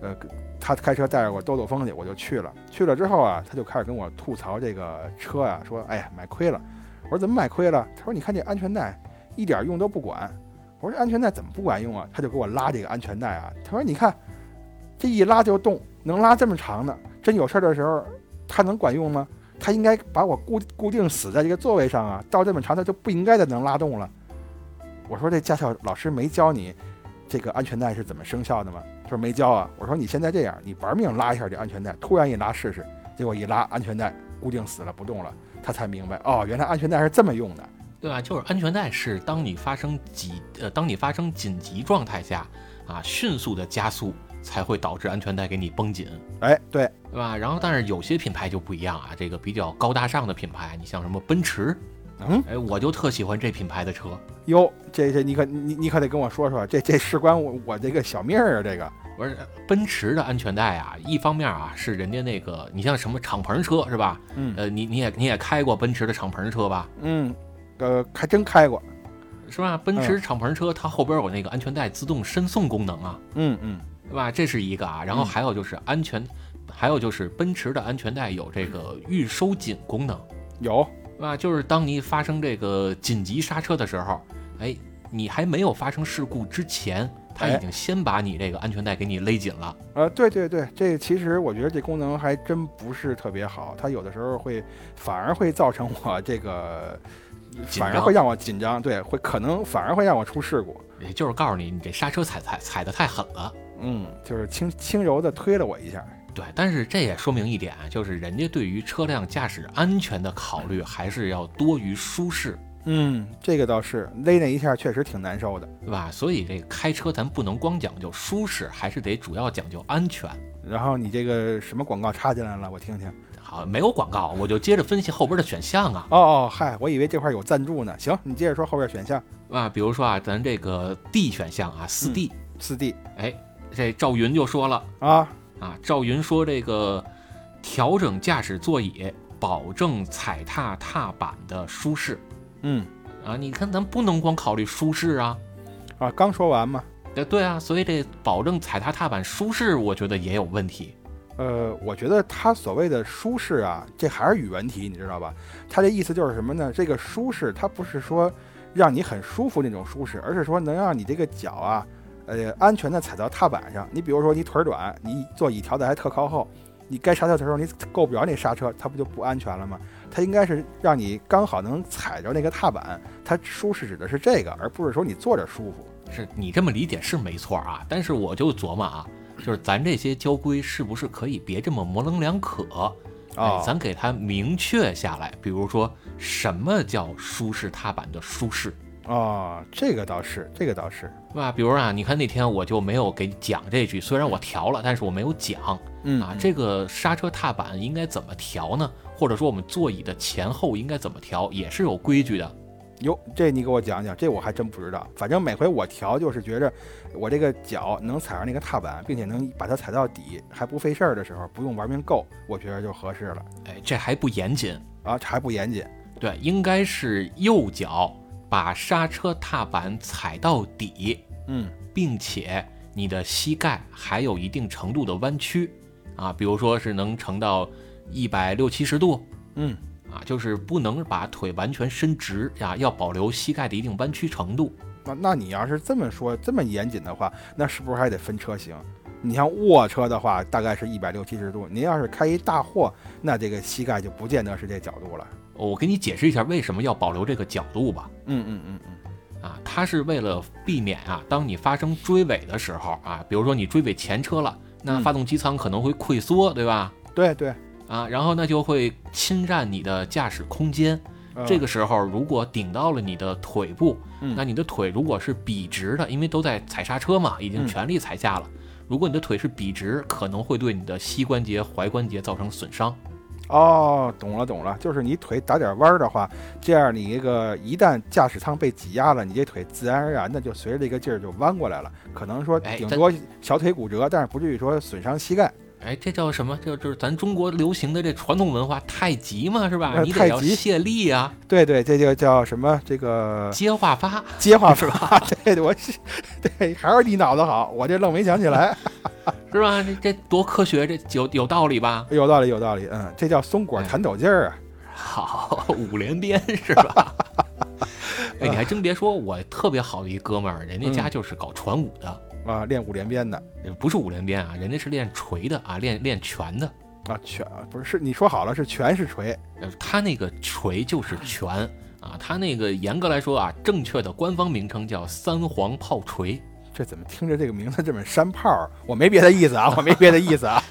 [SPEAKER 2] 呃，他开车带着我兜兜风去，我就去了。去了之后啊，他就开始跟我吐槽这个车啊，说哎呀买亏了。我说怎么买亏了？他说你看这安全带一点用都不管。我说这安全带怎么不管用啊？他就给我拉这个安全带啊。他说你看，这一拉就动，能拉这么长呢。真有事儿的时候，它能管用吗？它应该把我固固定死在这个座位上啊，到这么长它就不应该再能拉动了。我说这驾校老师没教你这个安全带是怎么生效的吗？他说没教啊。我说你现在这样，你玩命拉一下这安全带，突然一拉试试，结果一拉安全带固定死了不动了，他才明白哦，原来安全带是这么用的。
[SPEAKER 1] 对吧？就是安全带是当你发生急呃，当你发生紧急状态下啊，迅速的加速才会导致安全带给你绷紧，
[SPEAKER 2] 哎，对，
[SPEAKER 1] 对吧？然后，但是有些品牌就不一样啊，这个比较高大上的品牌，你像什么奔驰，
[SPEAKER 2] 嗯，
[SPEAKER 1] 哎，我就特喜欢这品牌的车。
[SPEAKER 2] 哟，这这你可你你可得跟我说说，这这事关我我这个小命儿啊，这个，
[SPEAKER 1] 我说奔驰的安全带啊，一方面啊是人家那个，你像什么敞篷车是吧？
[SPEAKER 2] 嗯
[SPEAKER 1] 呃，你你也你也开过奔驰的敞篷车吧？
[SPEAKER 2] 嗯，呃，还真开过，
[SPEAKER 1] 是吧？奔
[SPEAKER 2] 嗯
[SPEAKER 1] 驰敞篷车它后边有那个安全带自动伸送功能啊。
[SPEAKER 2] 嗯嗯，
[SPEAKER 1] 对吧？这是一个啊，然后
[SPEAKER 2] 嗯
[SPEAKER 1] 还有就是安全，还有就是奔驰的安全带有这个预收紧功能，
[SPEAKER 2] 有，
[SPEAKER 1] 对吧？就是当你发生这个紧急刹车的时候，哎，你还没有发生事故之前，它
[SPEAKER 2] 哎
[SPEAKER 1] 已经先把你这个安全带给你勒紧了。
[SPEAKER 2] 呃，对对对，这其实我觉得这功能还真不是特别好，它有的时候会反而会造成我这个，
[SPEAKER 1] 紧
[SPEAKER 2] 反而
[SPEAKER 1] 张
[SPEAKER 2] 会让我紧张，对，会可能反而会让我出事故，
[SPEAKER 1] 也就是告诉你，你这刹车踩踩踩得太狠了。
[SPEAKER 2] 嗯，就是轻轻柔的推了我一下，
[SPEAKER 1] 对，但是这也说明一点啊，就是人家对于车辆驾驶安全的考虑还是要多于舒适，
[SPEAKER 2] 嗯，这个倒是勒那一下确实挺难受的。
[SPEAKER 1] 对吧？所以这个开车咱不能光讲究舒适，还是得主要讲究安全。
[SPEAKER 2] 然后你这个什么广告插进来了，我听听。
[SPEAKER 1] 好，没有广告，我就接着分析后边的选项啊
[SPEAKER 2] 哦哦，嗨，我以为这块有赞助呢。行，你接着说后边选项。
[SPEAKER 1] 啊，比如说啊，咱这个 D 选项啊，四 D，、
[SPEAKER 2] 四 D
[SPEAKER 1] 哎，这赵云就说了
[SPEAKER 2] 啊，
[SPEAKER 1] 啊，赵云说这个调整驾驶座椅，保证踩踏踏板的舒适
[SPEAKER 2] 嗯
[SPEAKER 1] 啊，你看咱不能光考虑舒适啊，
[SPEAKER 2] 啊，刚说完嘛。
[SPEAKER 1] 对对啊，所以这保证踩踏踏板舒适，我觉得也有问题。
[SPEAKER 2] 呃，我觉得他所谓的舒适啊，这还是语文题，你知道吧？他这意思就是什么呢？这个舒适，它不是说让你很舒服那种舒适，而是说能让你这个脚啊，呃，安全的踩到踏板上。你比如说你腿儿短，你座椅调的还特靠后，你该刹车的时候你够不着那刹车，它不就不安全了吗？它应该是让你刚好能踩着那个踏板，它舒适指的是这个，而不是说你坐着舒服。
[SPEAKER 1] 是你这么理解是没错啊，但是我就琢磨啊，就是咱这些交规是不是可以别这么模棱两可？哎，
[SPEAKER 2] 哦
[SPEAKER 1] 咱给它明确下来，比如说什么叫舒适踏板的舒适，
[SPEAKER 2] 哦，这个倒是，这个倒是，
[SPEAKER 1] 是吧？比如啊，你看那天我就没有给你讲这句，虽然我调了，但是我没有讲
[SPEAKER 2] 嗯
[SPEAKER 1] 啊。这个刹车踏板应该怎么调呢？或者说我们座椅的前后应该怎么调，也是有规矩的。
[SPEAKER 2] 哟，这你给我讲讲，这我还真不知道。反正每回我调，就是觉着我这个脚能踩上那个踏板，并且能把它踩到底，还不费事儿的时候，不用玩命够，我觉得就合适了。
[SPEAKER 1] 哎，这还不严谨。
[SPEAKER 2] 啊，这还不严谨
[SPEAKER 1] 对，应该是右脚把刹车踏板踩到底，
[SPEAKER 2] 嗯，
[SPEAKER 1] 并且你的膝盖还有一定程度的弯曲啊，比如说是能呈到一百六七十度，
[SPEAKER 2] 嗯，
[SPEAKER 1] 啊，就是不能把腿完全伸直啊，要保留膝盖的一定弯曲程度。
[SPEAKER 2] 那那你要是这么说，这么严谨的话，那是不是还得分车型？你像卧车的话，大概是一百六七十度。您要是开一大货，那这个膝盖就不见得是这角度了。
[SPEAKER 1] 我给你解释一下为什么要保留这个角度吧。
[SPEAKER 2] 嗯嗯嗯嗯，
[SPEAKER 1] 啊，它是为了避免啊，当你发生追尾的时候啊，比如说你追尾前车了，那
[SPEAKER 2] 嗯
[SPEAKER 1] 发动机舱可能会溃缩，对吧？
[SPEAKER 2] 对对，
[SPEAKER 1] 啊，然后那就会侵占你的驾驶空间。
[SPEAKER 2] 呃
[SPEAKER 1] 这个时候，如果顶到了你的腿部，
[SPEAKER 2] 嗯
[SPEAKER 1] 那你的腿如果是笔直的，因为都在踩刹车嘛，已经
[SPEAKER 2] 嗯
[SPEAKER 1] 全力踩下了。如果你的腿是笔直，可能会对你的膝关节、踝关节造成损伤。
[SPEAKER 2] 哦，懂了懂了，就是你腿打点弯儿的话，这样你这个一旦驾驶舱被挤压了，你这腿自然而然的就随着这个劲儿就弯过来了，可能说
[SPEAKER 1] 哎
[SPEAKER 2] 顶
[SPEAKER 1] 但
[SPEAKER 2] 多小腿骨折，但是不至于说损伤膝盖。
[SPEAKER 1] 哎，这叫什么？这就是咱中国流行的这传统文化太极嘛，是吧？
[SPEAKER 2] 呃
[SPEAKER 1] 你得
[SPEAKER 2] 太
[SPEAKER 1] 要
[SPEAKER 2] 极
[SPEAKER 1] 卸力啊，
[SPEAKER 2] 对对，这就叫什么？这个
[SPEAKER 1] 接化发。
[SPEAKER 2] 接话是 吧？对，我是对，还是你脑子好，我这愣没想起 来。
[SPEAKER 1] 是吧？这这多科学，这有有道理吧？
[SPEAKER 2] 有道理，有道理，嗯，这叫松果
[SPEAKER 1] 哎
[SPEAKER 2] 弹抖劲儿啊。
[SPEAKER 1] 好，五连鞭是 吧？哎，你还真别说，我特别好的一哥们儿，人家家就是搞传武的，
[SPEAKER 2] 啊，练五连鞭的
[SPEAKER 1] 不是五连鞭啊，人家是练锤的啊，练练拳的。
[SPEAKER 2] 啊，拳不是是你说好了是拳是锤
[SPEAKER 1] 呃他那个锤就是拳啊，他那个严格来说啊，正确的官方名称叫三皇炮锤。
[SPEAKER 2] 这怎么听着这个名字这么山炮儿？我没别的意思啊，我没别的意思啊。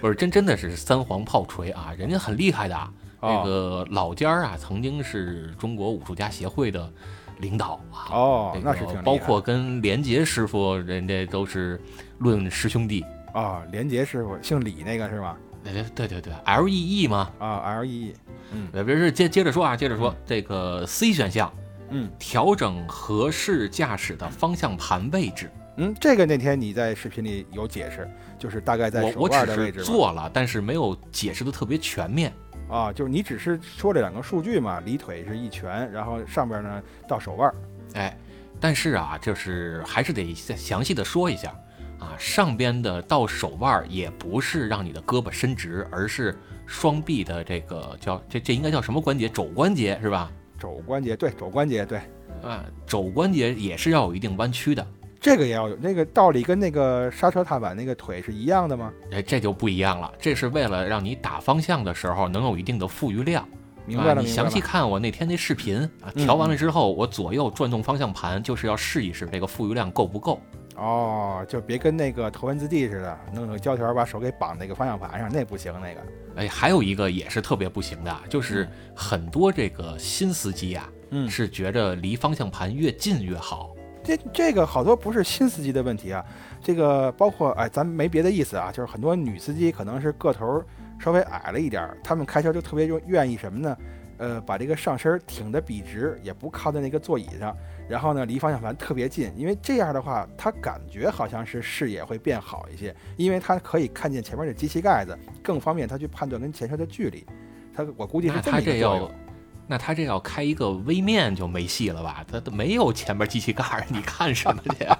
[SPEAKER 1] 不是，真真的是三皇炮锤啊，人家很厉害的啊。
[SPEAKER 2] 哦
[SPEAKER 1] 那个老尖儿啊，曾经是中国武术家协会的领导啊。
[SPEAKER 2] 哦
[SPEAKER 1] 这，
[SPEAKER 2] 那
[SPEAKER 1] 个
[SPEAKER 2] 是挺厉害
[SPEAKER 1] 包括跟连杰师傅，人家都是论师兄弟。
[SPEAKER 2] 啊，连杰师傅姓李那个是吗？
[SPEAKER 1] 对对对对，L E E 嘛。
[SPEAKER 2] 啊，L E E，嗯
[SPEAKER 1] 呃，不是接接着说啊，接着说这个 C 选项，
[SPEAKER 2] 嗯
[SPEAKER 1] 调整合适驾驶的方向盘位置。
[SPEAKER 2] 嗯，这个那天你在视频里有解释，就是大概在
[SPEAKER 1] 我
[SPEAKER 2] 手
[SPEAKER 1] 我只
[SPEAKER 2] 腕的位置
[SPEAKER 1] 是
[SPEAKER 2] 吧
[SPEAKER 1] 做了，但是没有解释的特别全面。
[SPEAKER 2] 啊，就是你只是说这两个数据嘛，离腿是一拳，然后上边呢到手腕儿
[SPEAKER 1] 哎，但是啊，就是还是得再详细的说一下啊，上边的到手腕儿也不是让你的胳膊伸直，而是双臂的这个叫这这应该叫什么关节？肘关节是吧？
[SPEAKER 2] 肘关节，对肘关节，对
[SPEAKER 1] 啊，肘关节也是要有一定弯曲的，
[SPEAKER 2] 这个也要有那个道理，跟那个刹车踏板那个腿是一样的吗？
[SPEAKER 1] 哎，这就不一样了。这是为了让你打方向的时候能有一定的富余量。
[SPEAKER 2] 明白
[SPEAKER 1] 啊、
[SPEAKER 2] 了，
[SPEAKER 1] 你
[SPEAKER 2] 明白
[SPEAKER 1] 详
[SPEAKER 2] 了
[SPEAKER 1] 细。看我那天那视频啊，
[SPEAKER 2] 嗯
[SPEAKER 1] 调完了之后，我左右转动方向盘，就是要试一试这个富余量够不够。
[SPEAKER 2] 哦，就别跟那个头文字 D 似的，弄个胶条把手给绑那个方向盘上，那不行，那个。
[SPEAKER 1] 哎，还有一个也是特别不行的，就是很多这个新司机啊，
[SPEAKER 2] 嗯
[SPEAKER 1] 是觉着离方向盘越近越好。
[SPEAKER 2] 这这个好多不是新司机的问题啊，这个包括哎，咱没别的意思啊，就是很多女司机可能是个头儿稍微矮了一点儿，她们开车就特别愿意什么呢？呃，把这个上身儿挺得笔直，也不靠在那个座椅上，然后呢离方向盘特别近，因为这样的话，她感觉好像是视野会变好一些，因为她可以看见前面的机器盖子，更方便她去判断跟前车的距离。她我估计是
[SPEAKER 1] 那
[SPEAKER 2] 这
[SPEAKER 1] 他
[SPEAKER 2] 么一个
[SPEAKER 1] 这
[SPEAKER 2] 作用啊
[SPEAKER 1] 要，那他这要开一个微面就没戏了吧？他他没有前面机器盖儿，你看什么去啊？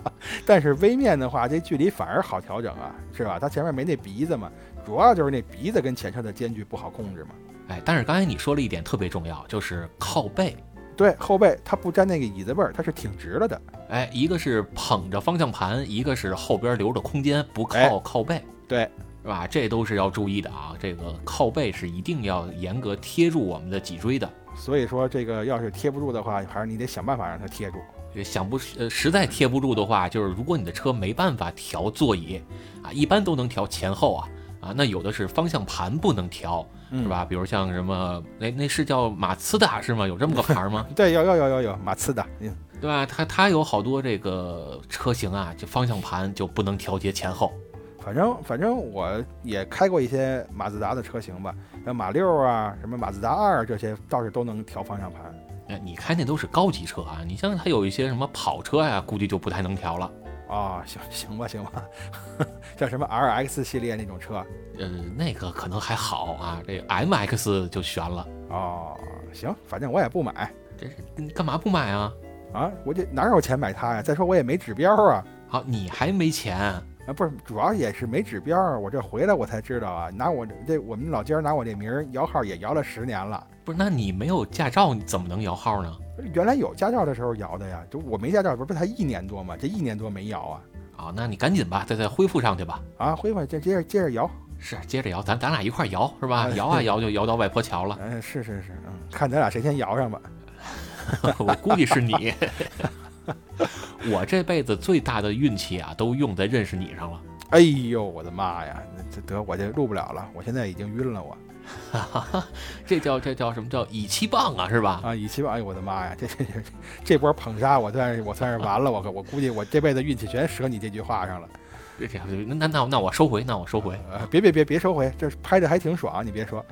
[SPEAKER 2] 但是微面的话，这距离反而好调整啊，是吧？它前面没那鼻子嘛，主要就是那鼻子跟前车的间距不好控制嘛。
[SPEAKER 1] 哎，但是刚才你说了一点特别重要，就是靠背。
[SPEAKER 2] 对，后背它不沾那个椅子背儿，它是挺直了的。
[SPEAKER 1] 哎，一个是捧着方向盘，一个是后边留着空间，不靠
[SPEAKER 2] 哎
[SPEAKER 1] 靠背，
[SPEAKER 2] 对，
[SPEAKER 1] 是吧？这都是要注意的啊。这个靠背是一定要严格贴住我们的脊椎的。
[SPEAKER 2] 所以说这个要是贴不住的话，还是你得想办法让它贴住。
[SPEAKER 1] 这想不呃，实在贴不住的话，就是如果你的车没办法调座椅啊，一般都能调前后啊。啊，那有的是方向盘不能调，
[SPEAKER 2] 嗯
[SPEAKER 1] 是？吧？比如像什么，那那是叫马自达是吗？有这么个牌儿吗？
[SPEAKER 2] 对，有有有有有马自达，嗯
[SPEAKER 1] 对吧？它它有好多这个车型啊，就方向盘就不能调节前后。
[SPEAKER 2] 反正反正我也开过一些马自达的车型吧，像马六啊，什么马自达二啊这些倒是都能调方向盘。
[SPEAKER 1] 哎，你开那都是高级车啊，你像它有一些什么跑车呀、估计就不太能调了。
[SPEAKER 2] 啊、行行吧行吧， 像什么 RX 系列那种车，
[SPEAKER 1] 呃，那个可能还好啊，这 M X 就悬了。
[SPEAKER 2] 哦，行，反正我也不买
[SPEAKER 1] 这是你干嘛不买啊？
[SPEAKER 2] 啊，我这哪有钱买它呀？再说我也没指标啊，
[SPEAKER 1] 好，你还没钱，
[SPEAKER 2] 啊，不是，主要也是没指标儿，我这回来我才知道啊，拿我这这我们老家儿拿我这名儿摇号也摇了十年了。
[SPEAKER 1] 不是？那你没有驾照，你怎么能摇号呢？
[SPEAKER 2] 原来有驾照的时候摇的呀，就我没驾照，不是才一年多嘛，这一年多没摇啊
[SPEAKER 1] 啊，那你赶紧吧，再再恢复上去吧。
[SPEAKER 2] 啊，恢复这接着接着摇，
[SPEAKER 1] 是，接着摇，咱咱俩一块儿摇，是吧？
[SPEAKER 2] 哎
[SPEAKER 1] 摇啊摇，就摇到外婆桥了。
[SPEAKER 2] 嗯、是是是，嗯，看咱俩谁先摇上吧。
[SPEAKER 1] 我估计是你。 我这辈子最大的运气啊，都用在认识你上了。
[SPEAKER 2] 哎呦，我的妈呀，那这得我这录不了了，我现在已经晕了我
[SPEAKER 1] 这叫这叫什么叫以气棒啊，是吧？
[SPEAKER 2] 啊，以期望，哎呦我的妈呀，这这这这波捧杀我算是我算是完了，我可我估计我这辈子运气全折你这句话上了。
[SPEAKER 1] 这这那那那那我收回，那我收回，
[SPEAKER 2] 呃，别别别别收回，这拍的还挺爽，你别说，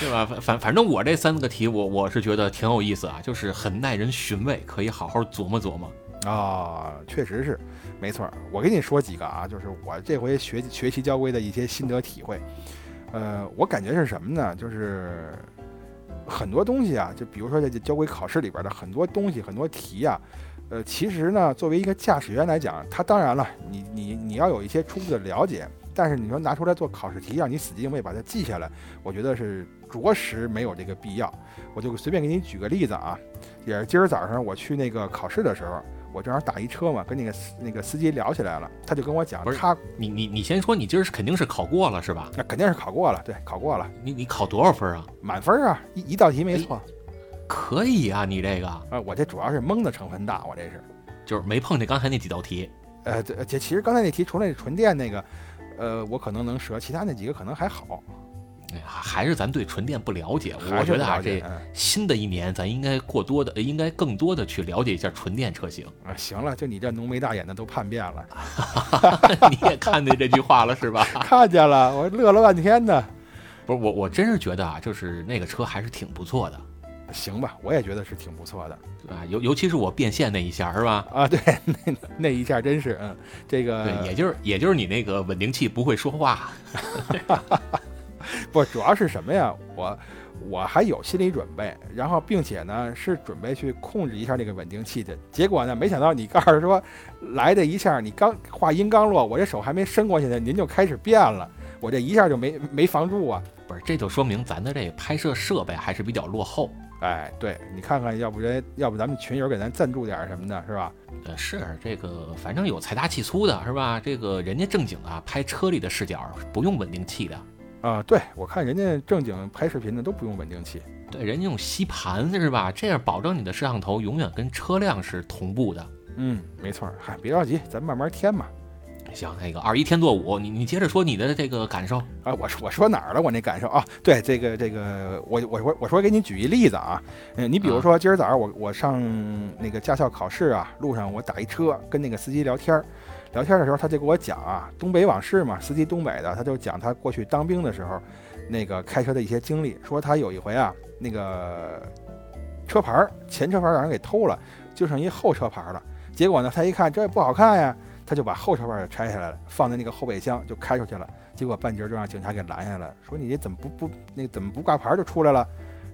[SPEAKER 1] 对吧？反反反正我这三个题我，我是觉得挺有意思啊，就是很耐人寻味，可以好好琢磨琢磨。
[SPEAKER 2] 啊、确实是，没错儿。我跟你说几个啊，就是我这回学学习交规的一些心得体会。呃，我感觉是什么呢？就是很多东西啊，就比如说在这交规考试里边的很多东西、很多题啊，呃，其实呢，作为一个驾驶员来讲，他当然了，你你你要有一些初步的了解，但是你说拿出来做考试题，啊让你死记硬背把它记下来，我觉得是着实没有这个必要。我就随便给你举个例子啊，也是今儿早上我去那个考试的时候，我正好打一车嘛，跟那个司那个司机聊起来了，他就跟我讲
[SPEAKER 1] 不，是
[SPEAKER 2] 他
[SPEAKER 1] 你你你先说，你今儿是肯定是考过了是吧？
[SPEAKER 2] 那肯定是考过了，对，考过了，
[SPEAKER 1] 你你考多少分啊？
[SPEAKER 2] 满分啊，一一道
[SPEAKER 1] 哎
[SPEAKER 2] 题没错
[SPEAKER 1] 可以啊，你这个
[SPEAKER 2] 啊。我这主要是蒙的成分大，我这是，
[SPEAKER 1] 就是没碰见刚才那几道题。
[SPEAKER 2] 呃，这这其实刚才那题除了那纯电那个，呃，我可能能折，其他那几个可能还好。
[SPEAKER 1] 哎呀，还是咱对纯电不了解，
[SPEAKER 2] 还
[SPEAKER 1] 我
[SPEAKER 2] 是
[SPEAKER 1] 觉得啊，
[SPEAKER 2] 了解
[SPEAKER 1] 这
[SPEAKER 2] 嗯
[SPEAKER 1] 新的一年咱应该过多的，应该更多的去了解一下纯电车型。
[SPEAKER 2] 啊，行了，就你这浓眉大眼的都叛变了，
[SPEAKER 1] 你也看见这句话了是吧？
[SPEAKER 2] 看见了，我乐了半天呢。
[SPEAKER 1] 不是我，我真是觉得啊，就是那个车还是挺不错的，
[SPEAKER 2] 行吧，我也觉得是挺不错的
[SPEAKER 1] 对吧？啊尤尤其是我变现那一下，是吧？
[SPEAKER 2] 啊。对，那那一下真是，嗯，这
[SPEAKER 1] 对，
[SPEAKER 2] 个
[SPEAKER 1] 也就是也就是你那个稳定器不会说话，
[SPEAKER 2] 不主要是什么呀？我我还有心理准备，然后并且呢是准备去控制一下这个稳定器的。结果呢，没想到你告诉说来这一下，你刚话音刚落，我这手还没伸过去呢，您就开始变了，我这一下就没没防住啊。
[SPEAKER 1] 不是？这就说明咱的这拍摄设备还是比较落后。
[SPEAKER 2] 哎，对你看看，要不然要不咱们群友给咱赞助点儿什么的，是吧？
[SPEAKER 1] 呃，是这个，反正有财大气粗的，是吧？这个人家正经啊，拍车里的视角不用稳定器的，
[SPEAKER 2] 啊、对我看人家正经拍视频的都不用稳定器。
[SPEAKER 1] 对，人家用吸盘，是吧？这样保证你的摄像头永远跟车辆是同步的。
[SPEAKER 2] 嗯，没错儿，嗨，别着急，咱慢慢添嘛。
[SPEAKER 1] 行，那个二一天作五，你你接着说你的这个感受。
[SPEAKER 2] 啊，我说我说哪儿了？我那感受啊，对这个这个，我我说我说给你举一例子啊，嗯，你比如说今儿早上我我上那个驾校考试啊，路上我打一车跟那个司机聊天儿，聊天儿的时候他就给我讲啊，东北往事嘛，司机东北的，他就讲他过去当兵的时候那个开车的一些经历，说他有一回啊，那个车牌儿前车牌儿让人给偷了，就剩一后车牌儿了，结果呢他一看这不好看呀，他就把后车牌儿给拆下来了，放在那个后备箱就开出去了。结果半截儿就让警察给拦下来了，说你这怎么不不那怎么不挂牌儿就出来了？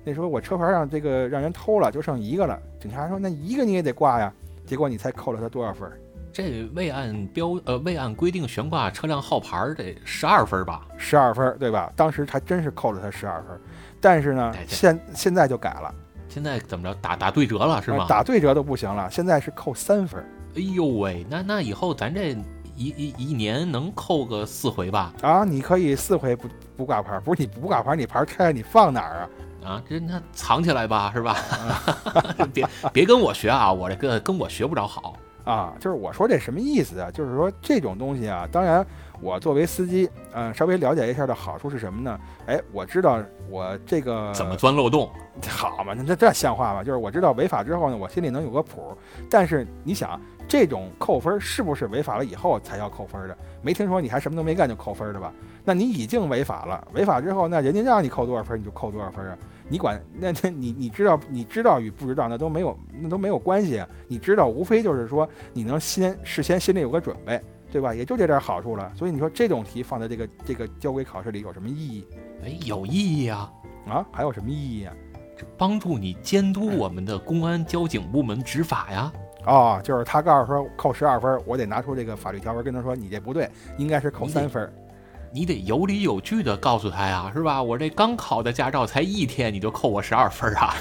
[SPEAKER 2] 那时候我车牌儿让这个让人偷了，就剩一个了。警察说那一个你也得挂呀。结果你猜扣了他多少分儿？
[SPEAKER 1] 这未按标呃未按规定悬挂车辆号牌儿得十二分吧？
[SPEAKER 2] 十二分儿，对吧？当时还真是扣了他十二分儿，但是呢
[SPEAKER 1] 哎，对
[SPEAKER 2] 现现在就改了，
[SPEAKER 1] 现在怎么着打打对折了是
[SPEAKER 2] 呃
[SPEAKER 1] 吗？
[SPEAKER 2] 打对折都不行了，现在是扣三分儿
[SPEAKER 1] 哎呦喂，那那以后咱这一一一年能扣个四回吧？
[SPEAKER 2] 啊！你可以四回不不挂牌儿，不是你不挂牌儿，你牌儿拆了你放哪儿啊？
[SPEAKER 1] 啊，这那 藏起来吧是吧？别别跟我学啊，我这个跟我学不着好。
[SPEAKER 2] 啊，就是我说这什么意思啊？就是说这种东西啊，当然我作为司机，嗯、稍微了解一下的好处是什么呢？哎，我知道我这个
[SPEAKER 1] 怎么钻漏洞？
[SPEAKER 2] 好嘛？那这这像话吗？就是我知道违法之后呢，我心里能有个谱。但是你想，这种扣分是不是违法了以后才要扣分的？没听说你还什么都没干就扣分的吧？那你已经违法了，违法之后，那人家让你扣多少分你就扣多少分啊？你管那那你你知道你知道与不知道那都没有那都没有关系啊。你知道无非就是说你能先事先心里有个准备，对吧？也就这点好处了。所以你说这种题放在这个这个交规考试里有什么意义
[SPEAKER 1] 哎，有意义啊！
[SPEAKER 2] 啊？还有什么意义啊？
[SPEAKER 1] 这帮助你监督我们的公安交警部门执法呀。
[SPEAKER 2] 哦，就是他告诉说扣十二分，我得拿出这个法律条文跟他说，你这不对，应该是扣
[SPEAKER 1] 你得
[SPEAKER 2] 三分。
[SPEAKER 1] 你得有理有据的告诉他呀，是吧？我这刚考的驾照才一天，你就扣我十二分啊！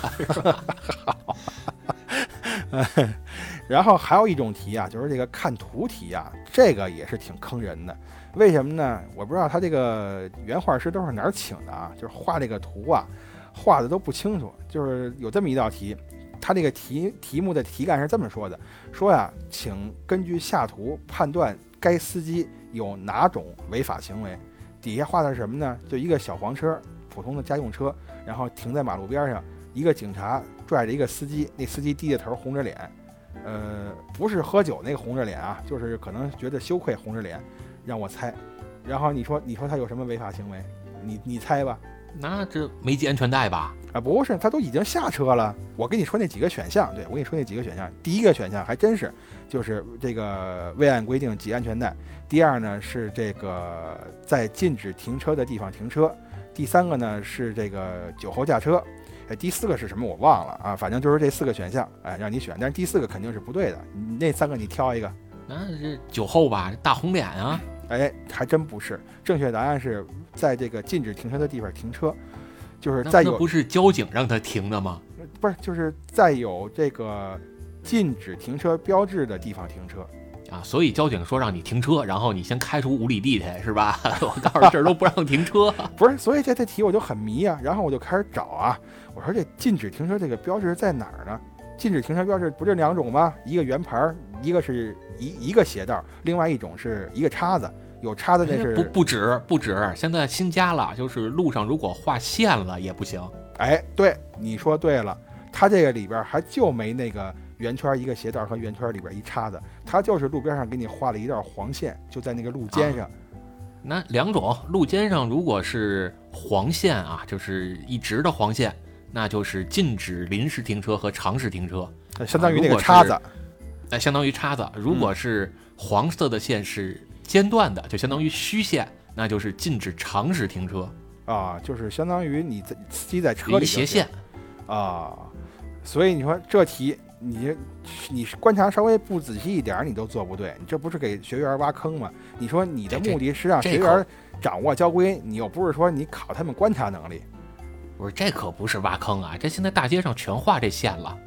[SPEAKER 2] 然后还有一种题啊，就是这个看图题啊，这个也是挺坑人的。为什么呢？我不知道他这个原画师都是哪儿请的啊，就是画这个图啊，画的都不清楚。就是有这么一道题，他这个题题目的题干是这么说的：说呀、请根据下图判断该司机有哪种违法行为。底下画的是什么呢？就一个小黄车，普通的家用车，然后停在马路边上，一个警察拽着一个司机，那司机低着头红着脸，呃，不是喝酒那个红着脸啊，就是可能觉得羞愧红着脸，让我猜。然后你说你说他有什么违法行为？你你猜吧。
[SPEAKER 1] 那这没系安全带吧？
[SPEAKER 2] 啊，不是，他都已经下车了。我跟你说那几个选项，对我跟你说那几个选项，第一个选项还真是就是这个未按规定系安全带，第二呢是这个在禁止停车的地方停车，第三个呢是这个酒后驾车，哎，第四个是什么我忘了啊，反正就是这四个选项，哎，让你选，但是第四个肯定是不对的，你那三个你挑一个。
[SPEAKER 1] 那这酒后吧，大红脸啊！
[SPEAKER 2] 哎，还真不是，正确答案是在这个禁止停车的地方停车，就是
[SPEAKER 1] 那
[SPEAKER 2] 在
[SPEAKER 1] 那
[SPEAKER 2] 有
[SPEAKER 1] 不是交警让他停的吗？
[SPEAKER 2] 不是就是在有这个禁止停车标志的地方停车。
[SPEAKER 1] 啊，所以交警说让你停车，然后你先开出五里地去，是吧？ 我告诉你这儿都不让停车。
[SPEAKER 2] 不是，所以这这题我就很迷啊，然后我就开始找啊，我说这禁止停车这个标志在哪儿呢？禁止停车标志不就两种吗？一个圆盘儿，一个是一一个斜道儿，另外一种是一个叉子，有叉子那是
[SPEAKER 1] 不不止不止，现在新加了，就是路上如果画线了也不行。
[SPEAKER 2] 哎，对，你说对了，它这个里边儿还就没那个圆圈儿一个斜道儿和圆圈儿里边儿一叉子，它就是路边上给你画了一道黄线，就在那个路肩上。
[SPEAKER 1] 那两种路肩上如果是黄线啊，就是一直的黄线，那就是禁止临时停车和长时停车，
[SPEAKER 2] 呃相当于
[SPEAKER 1] 啊
[SPEAKER 2] 那
[SPEAKER 1] 如
[SPEAKER 2] 个
[SPEAKER 1] 果
[SPEAKER 2] 叉
[SPEAKER 1] 是
[SPEAKER 2] 子，
[SPEAKER 1] 那相当于叉子。如果是黄色的线是间断的，就相当于虚线，那就是禁止长时停车，
[SPEAKER 2] 啊，就是相当于你在司机在车
[SPEAKER 1] 离
[SPEAKER 2] 里
[SPEAKER 1] 斜
[SPEAKER 2] 就行
[SPEAKER 1] 线。
[SPEAKER 2] 啊。所以你说这题，你你是观察稍微不仔细一点，儿，你都做不对，你这不是给学员挖坑吗？你说你的
[SPEAKER 1] 这这
[SPEAKER 2] 目的是让
[SPEAKER 1] 这
[SPEAKER 2] 学
[SPEAKER 1] 口
[SPEAKER 2] 员掌握交规，你又不是说你考他们观察能力。
[SPEAKER 1] 不是，这可不是挖坑啊！这现在大街上全画这线了。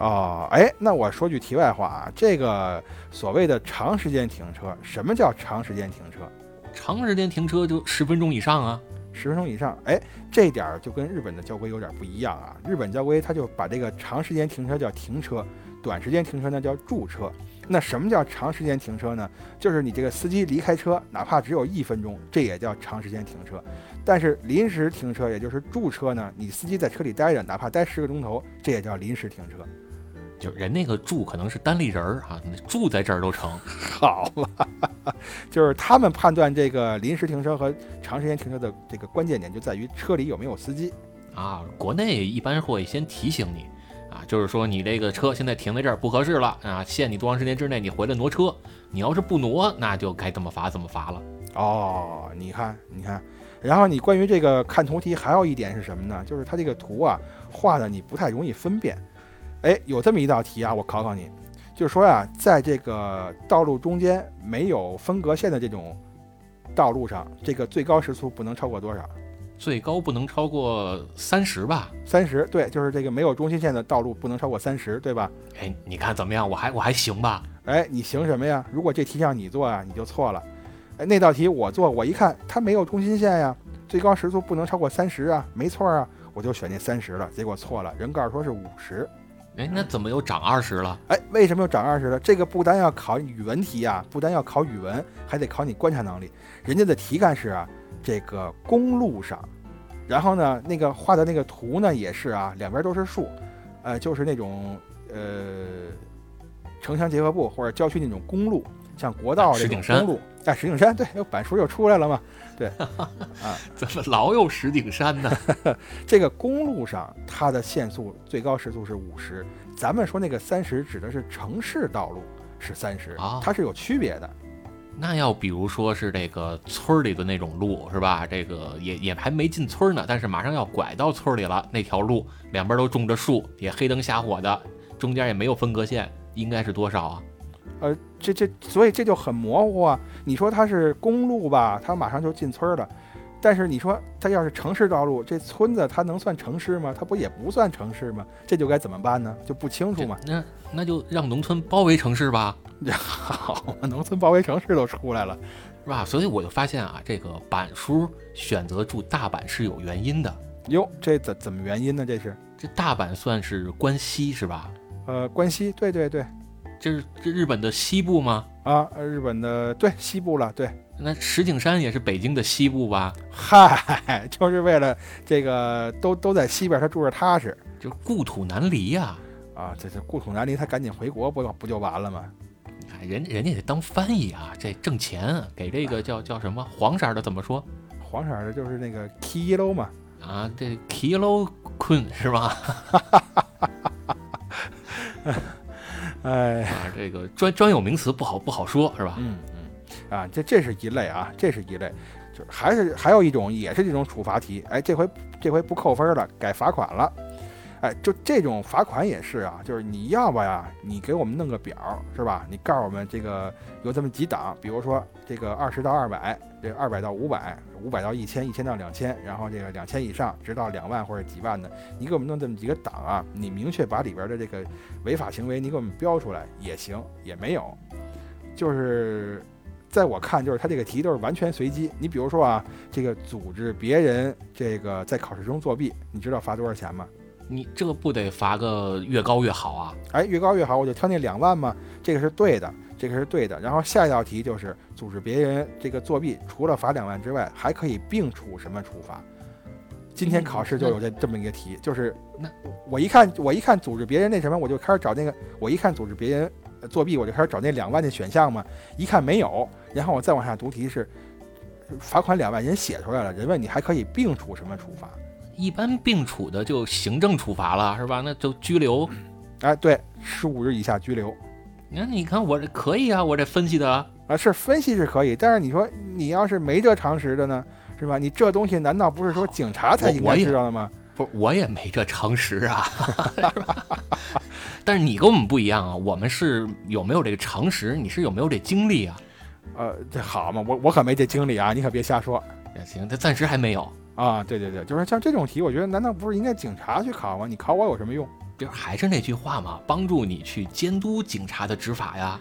[SPEAKER 2] 哦，哎，那我说句题外话啊，这个所谓的长时间停车，什么叫长时间停车？
[SPEAKER 1] 长时间停车就十分钟以上啊，
[SPEAKER 2] 十分钟以上，哎，这点儿就跟日本的交规有点不一样啊。日本交规它就把这个长时间停车叫停车，短时间停车呢叫驻车。那什么叫长时间停车呢？就是你这个司机离开车，哪怕只有一分钟，这也叫长时间停车。但是临时停车，也就是驻车呢，你司机在车里待着，哪怕待十个钟头，这也叫临时停车。
[SPEAKER 1] 就人那个住可能是单立人儿啊，你住在这儿都成。
[SPEAKER 2] 好嘛， 就是他们判断这个临时停车和长时间停车的这个关键点就在于车里有没有司机。
[SPEAKER 1] 啊，国内一般会先提醒你啊，就是说你这个车现在停在这儿不合适了啊，限你多长时间之内你回来挪车，你要是不挪，那就该怎么罚怎么罚了。
[SPEAKER 2] 哦，你看，你看，然后你关于这个看图题还有一点是什么呢？就是它这个图啊画的你不太容易分辨。哎，有这么一道题啊，我考考你，就是说呀、在这个道路中间没有分隔线的这种道路上，这个最高时速不能超过多少？
[SPEAKER 1] 最高不能超过三十吧？
[SPEAKER 2] 三十，对，就是这个没有中心线的道路不能超过三十，对吧？
[SPEAKER 1] 哎，你看怎么样？我还我还行吧？
[SPEAKER 2] 哎，你行什么呀？如果这题让你做啊，你就错了。哎，那道题我做，我一看它没有中心线呀，最高时速不能超过三十啊，没错啊，我就选那三十了，结果错了，人告诉说是五十。
[SPEAKER 1] 哎，那怎么又涨二十了？
[SPEAKER 2] 哎，为什么又涨二十了？这个不单要考语文题啊，不单要考语文，还得考你观察能力。人家的题干是啊，这个公路上，然后呢，那个画的那个图呢也是啊，两边都是树，呃，就是那种呃城乡结合部或者郊区那种公路，像国道
[SPEAKER 1] 啊石
[SPEAKER 2] 这
[SPEAKER 1] 景
[SPEAKER 2] 种
[SPEAKER 1] 山
[SPEAKER 2] 公路。哎，石景山，对，又板书又出来了嘛。
[SPEAKER 1] 怎么老有石景山呢？
[SPEAKER 2] 这个公路上它的限速最高时速是五十，咱们说那个三十指的是城市道路是三十
[SPEAKER 1] 啊，
[SPEAKER 2] 它是有区别的。
[SPEAKER 1] 那要比如说是这个村儿里的那种路是吧？这个也也还没进村儿呢，但是马上要拐到村儿里了。那条路两边都种着树，也黑灯瞎火的，中间也没有分隔线，应该是多少啊？
[SPEAKER 2] 呃，这这，所以这就很模糊啊。你说它是公路吧，它马上就进村儿了，但是你说它要是城市道路，这村子它能算城市吗？它不也不算城市吗？这就该怎么办呢？就不清楚
[SPEAKER 1] 这
[SPEAKER 2] 嘛。
[SPEAKER 1] 那那就让农村包围城市吧，
[SPEAKER 2] 好，农村包围城市都出来了。
[SPEAKER 1] 是吧？所以我就发现啊，这个板叔选择住大阪是有原因的。
[SPEAKER 2] 哟，这怎怎么原因呢？这是
[SPEAKER 1] 这大阪算是关西是吧？
[SPEAKER 2] 呃，关西，对对对
[SPEAKER 1] 这是这日本的西部吗？
[SPEAKER 2] 啊，呃日本的对西部了，对，
[SPEAKER 1] 那石景山也是北京的西部吧？
[SPEAKER 2] 嗨，就是为了这个都都在西边，他住着踏实
[SPEAKER 1] 就故土难离呀、
[SPEAKER 2] 啊。这这故土难离，他赶紧回国不就不就完了吗？
[SPEAKER 1] 你看啊人人家得当翻译啊，这挣钱啊给这个叫叫什么黄色儿的怎么说
[SPEAKER 2] 黄色儿的就是那个 kilo 嘛。
[SPEAKER 1] 啊？这 kilo 困是吧？
[SPEAKER 2] 哎，
[SPEAKER 1] 啊，这个专专有名词不好不好说是吧？
[SPEAKER 2] 嗯嗯，啊，这这是一类啊，这是一类，就是还是还有一种也是这种处罚题，哎，这回这回不扣分了，改罚款了，哎，就这种罚款也是啊，就是你要不呀，你给我们弄个表儿是吧？你告诉我们这个有这么几档，比如说这个二十到二百，这二百到五百，五百到一千，一千到两千，然后这个两千以上，直到两万或者几万的，你给我们弄这么几个档啊，你明确把里边的这个违法行为你给我们标出来也行，也没有。就是在我看，就是他这个题都是完全随机。你比如说啊，这个组织别人这个在考试中作弊，你知道罚多少钱吗？
[SPEAKER 1] 你这不得罚个越高越好啊？
[SPEAKER 2] 哎，越高越好，我就挑那两万嘛，这个是对的，这个是对的。然后下一道题就是组织别人这个作弊，除了罚两万之外，还可以并处什么处罚？今天考试就有这这么一个题，就是
[SPEAKER 1] 那
[SPEAKER 2] 我一看我一看组织别人那什么，我就开始找那个，我一看组织别人呃作弊，我就开始找那两万的选项嘛，一看没有，然后我再往下读题是罚款两万，人写出来了，人问你还可以并处什么处罚？
[SPEAKER 1] 一般并处的就行政处罚了是吧？那就拘留。
[SPEAKER 2] 哎，对，十五日以下拘留。
[SPEAKER 1] 那你看我这可以啊，我这分析的
[SPEAKER 2] 啊，是分析是可以，但是你说你要是没这常识的呢，是吧？你这东西难道不是说警察才
[SPEAKER 1] 我
[SPEAKER 2] 应
[SPEAKER 1] 我
[SPEAKER 2] 该
[SPEAKER 1] 也
[SPEAKER 2] 知道的吗？
[SPEAKER 1] 不是我也没这常识啊， 是吧？但是你跟我们不一样啊，我们是有没有这个常识，你是有没有这经历啊？
[SPEAKER 2] 呃，这好嘛，我我可没这经历啊，你可别瞎说
[SPEAKER 1] 也行，他暂时还没有。
[SPEAKER 2] 啊！对对对，就是像这种题，我觉得难道不是应该警察去考吗？你考我有什么用？
[SPEAKER 1] 就是还是那句话嘛，帮助你去监督警察的执法呀。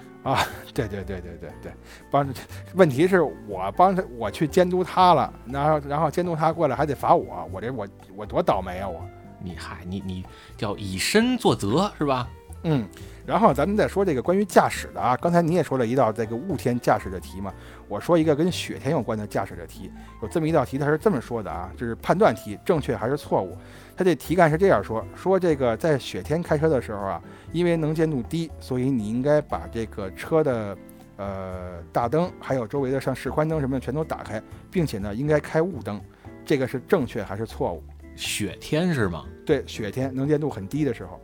[SPEAKER 2] 对对对对对对，帮问题是我帮他我去监督他了，然后然后监督他过来还得罚我，我这我我多倒霉啊我！
[SPEAKER 1] 你还你你叫以身作则是吧？
[SPEAKER 2] 嗯，然后咱们再说这个关于驾驶的啊，刚才你也说了一道这个雾天驾驶的题嘛，我说一个跟雪天有关的驾驶的题，有这么一道题，它是这么说的啊，就是判断题，正确还是错误？它这题干是这样说，说这个在雪天开车的时候啊，因为能见度低，所以你应该把这个车的呃大灯，还有周围的像示宽灯什么的全都打开，并且呢应该开雾灯，这个是正确还是错误？
[SPEAKER 1] 雪天是吗？
[SPEAKER 2] 对，雪天能见度很低的时候。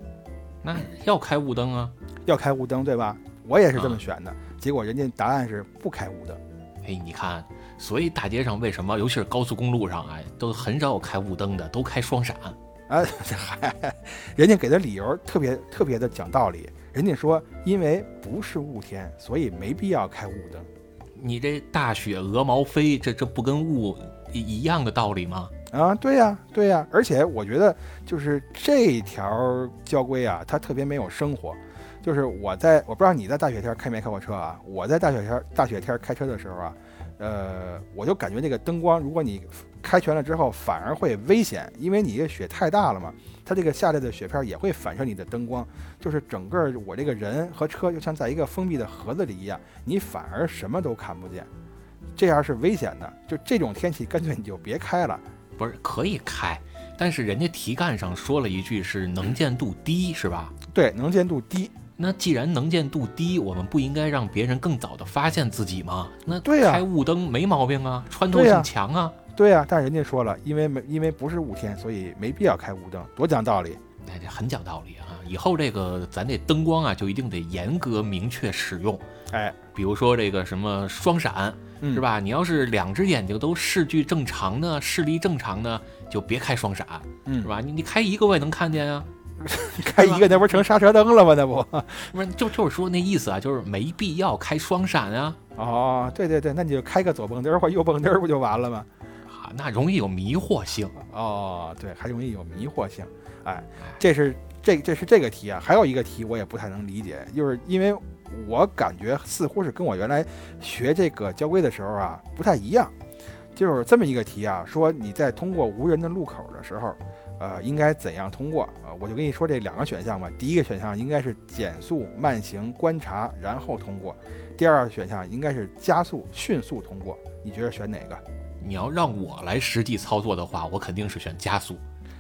[SPEAKER 1] 那要开雾灯啊。
[SPEAKER 2] 要开雾灯，对吧？我也是这么选的，结果人家答案是不开雾灯。
[SPEAKER 1] 哎，你看，所以大街上为什么，尤其是高速公路上，哎，都很少有开雾灯的，都开双闪。
[SPEAKER 2] 啊， 嗨，人家给的理由特别特别的讲道理，人家说因为不是雾天，所以没必要开雾灯。
[SPEAKER 1] 你这大雪鹅毛飞，这这不跟雾一一样的道理吗？
[SPEAKER 2] 啊，对呀、对呀、而且我觉得就是这条交规啊，它特别没有生活。就是我在我不知道你在大雪天开没开过车啊？我在大雪天大雪天开车的时候啊，呃，我就感觉这个灯光，如果你开全了之后，反而会危险，因为你这雪太大了嘛，它这个下来的雪片也会反射你的灯光，就是整个我这个人和车就像在一个封闭的盒子里一样，你反而什么都看不见，这样是危险的。就这种天气，干脆你就别开了。
[SPEAKER 1] 不是可以开，但是人家题干上说了一句是能见度低，是吧？
[SPEAKER 2] 对，能见度低，
[SPEAKER 1] 那既然能见度低，我们不应该让别人更早的发现自己吗？那
[SPEAKER 2] 对呀
[SPEAKER 1] 开雾灯没毛病啊，穿透
[SPEAKER 2] 对呀
[SPEAKER 1] 性强啊。
[SPEAKER 2] 对啊，但人家说了，因为没因为不是雾天，所以没必要开雾灯，多讲道理。
[SPEAKER 1] 哎，这很讲道理啊！以后这个咱这灯光啊，就一定得严格明确使用。
[SPEAKER 2] 哎，
[SPEAKER 1] 比如说这个什么双闪，
[SPEAKER 2] 嗯
[SPEAKER 1] 是？吧？你要是两只眼睛都视距正常呢，视力正常呢，就别开双闪，
[SPEAKER 2] 嗯
[SPEAKER 1] 是吧？你你开一个我也能看见啊。
[SPEAKER 2] 开一个那不是成刹车灯了吗？那不，
[SPEAKER 1] 不是，就就是说那意思啊，就是没必要开双闪啊。
[SPEAKER 2] 哦，对对对，那你就开个左蹦迪儿或右蹦迪儿不就完了吗？
[SPEAKER 1] 啊，那容易有迷惑性。
[SPEAKER 2] 哦，对，还容易有迷惑性。哎，这是这这是这个题啊，还有一个题我也不太能理解，就是因为我感觉似乎是跟我原来学这个交规的时候啊不太一样，就是这么一个题啊，说你在通过无人的路口的时候。呃，应该怎样通过？啊、我就跟你说这两个选项吧。第一个选项应该是减速慢行观察，然后通过；第二个选项应该是加速迅速通过。你觉得选哪个？
[SPEAKER 1] 你要让我来实际操作的话，我肯定是选加速。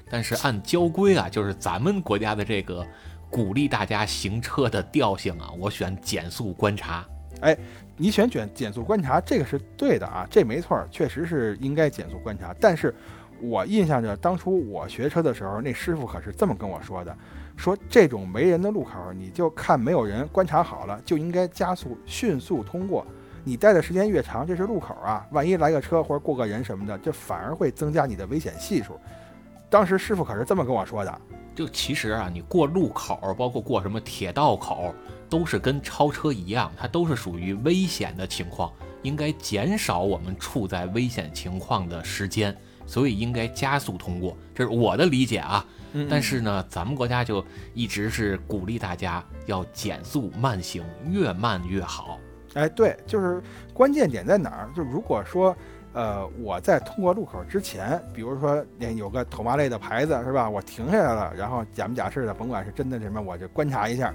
[SPEAKER 1] 但是按交规啊，就是咱们国家的这个鼓励大家行车的调性啊，我选减速观察。
[SPEAKER 2] 你选减减速观察，这个是对的啊，这没错儿，确实是应该减速观察。但是，我印象着当初我学车的时候，那师傅可是这么跟我说的，说这种没人的路口，你就看没有人，观察好了就应该加速迅速通过。你待的时间越长，这是路口啊，万一来个车或者过个人什么的，这反而会增加你的危险系数。当时师傅可是这么跟我说的，
[SPEAKER 1] 就其实啊，你过路口，包括过什么铁道口，都是跟超车一样，它都是属于危险的情况，应该减少我们处在危险情况的时间，所以应该加速通过。这是我的理解啊。
[SPEAKER 2] 嗯
[SPEAKER 1] 但是呢，咱们国家就一直是鼓励大家要减速慢行，越慢越好。
[SPEAKER 2] 哎，对，就是关键点在哪儿？就如果说，呃，我在通过路口之前，比如说那有个头麻类的牌子是吧？我停下来了，然后假模假式的，甭管是真的什么，我就观察一下，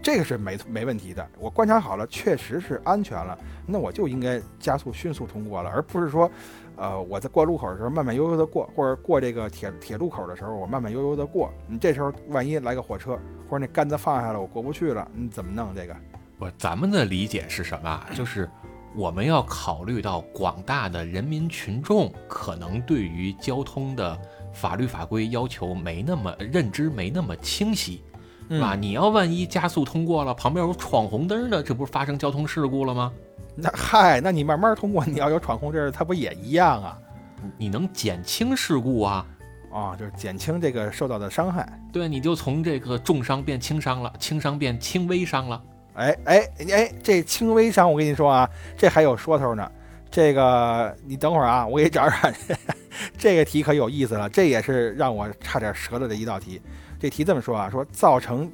[SPEAKER 2] 这个是没没问题的。我观察好了，确实是安全了，那我就应该加速迅速通过了，而不是说，呃，我在过路口的时候慢慢悠悠的过，或者过这个铁铁路口的时候我慢慢悠悠的过，你这时候万一来个火车，或者那杆子放下了，我过不去了，嗯你怎么弄这个？
[SPEAKER 1] 不是，咱们的理解是什么啊？就是我们要考虑到广大的人民群众可能对于交通的法律法规要求没那么认知没那么清晰，是吧？你要万一加速通过了，旁边有闯红灯的，这不是发生交通事故了吗？
[SPEAKER 2] 那嗨，那你慢慢通过，你要有闯红证，它不也一样啊？
[SPEAKER 1] 你能减轻事故啊？
[SPEAKER 2] 啊，就是减轻这个受到的伤害。
[SPEAKER 1] 对，你就从这个重伤变轻伤了，轻伤变轻微伤了。
[SPEAKER 2] 哎哎哎，这轻微伤，我跟你说啊，这还有说头呢。这个你等会儿啊，我给你找 找。这个题可有意思了，这也是让我差点折了的一道题。这题这么说啊，说造成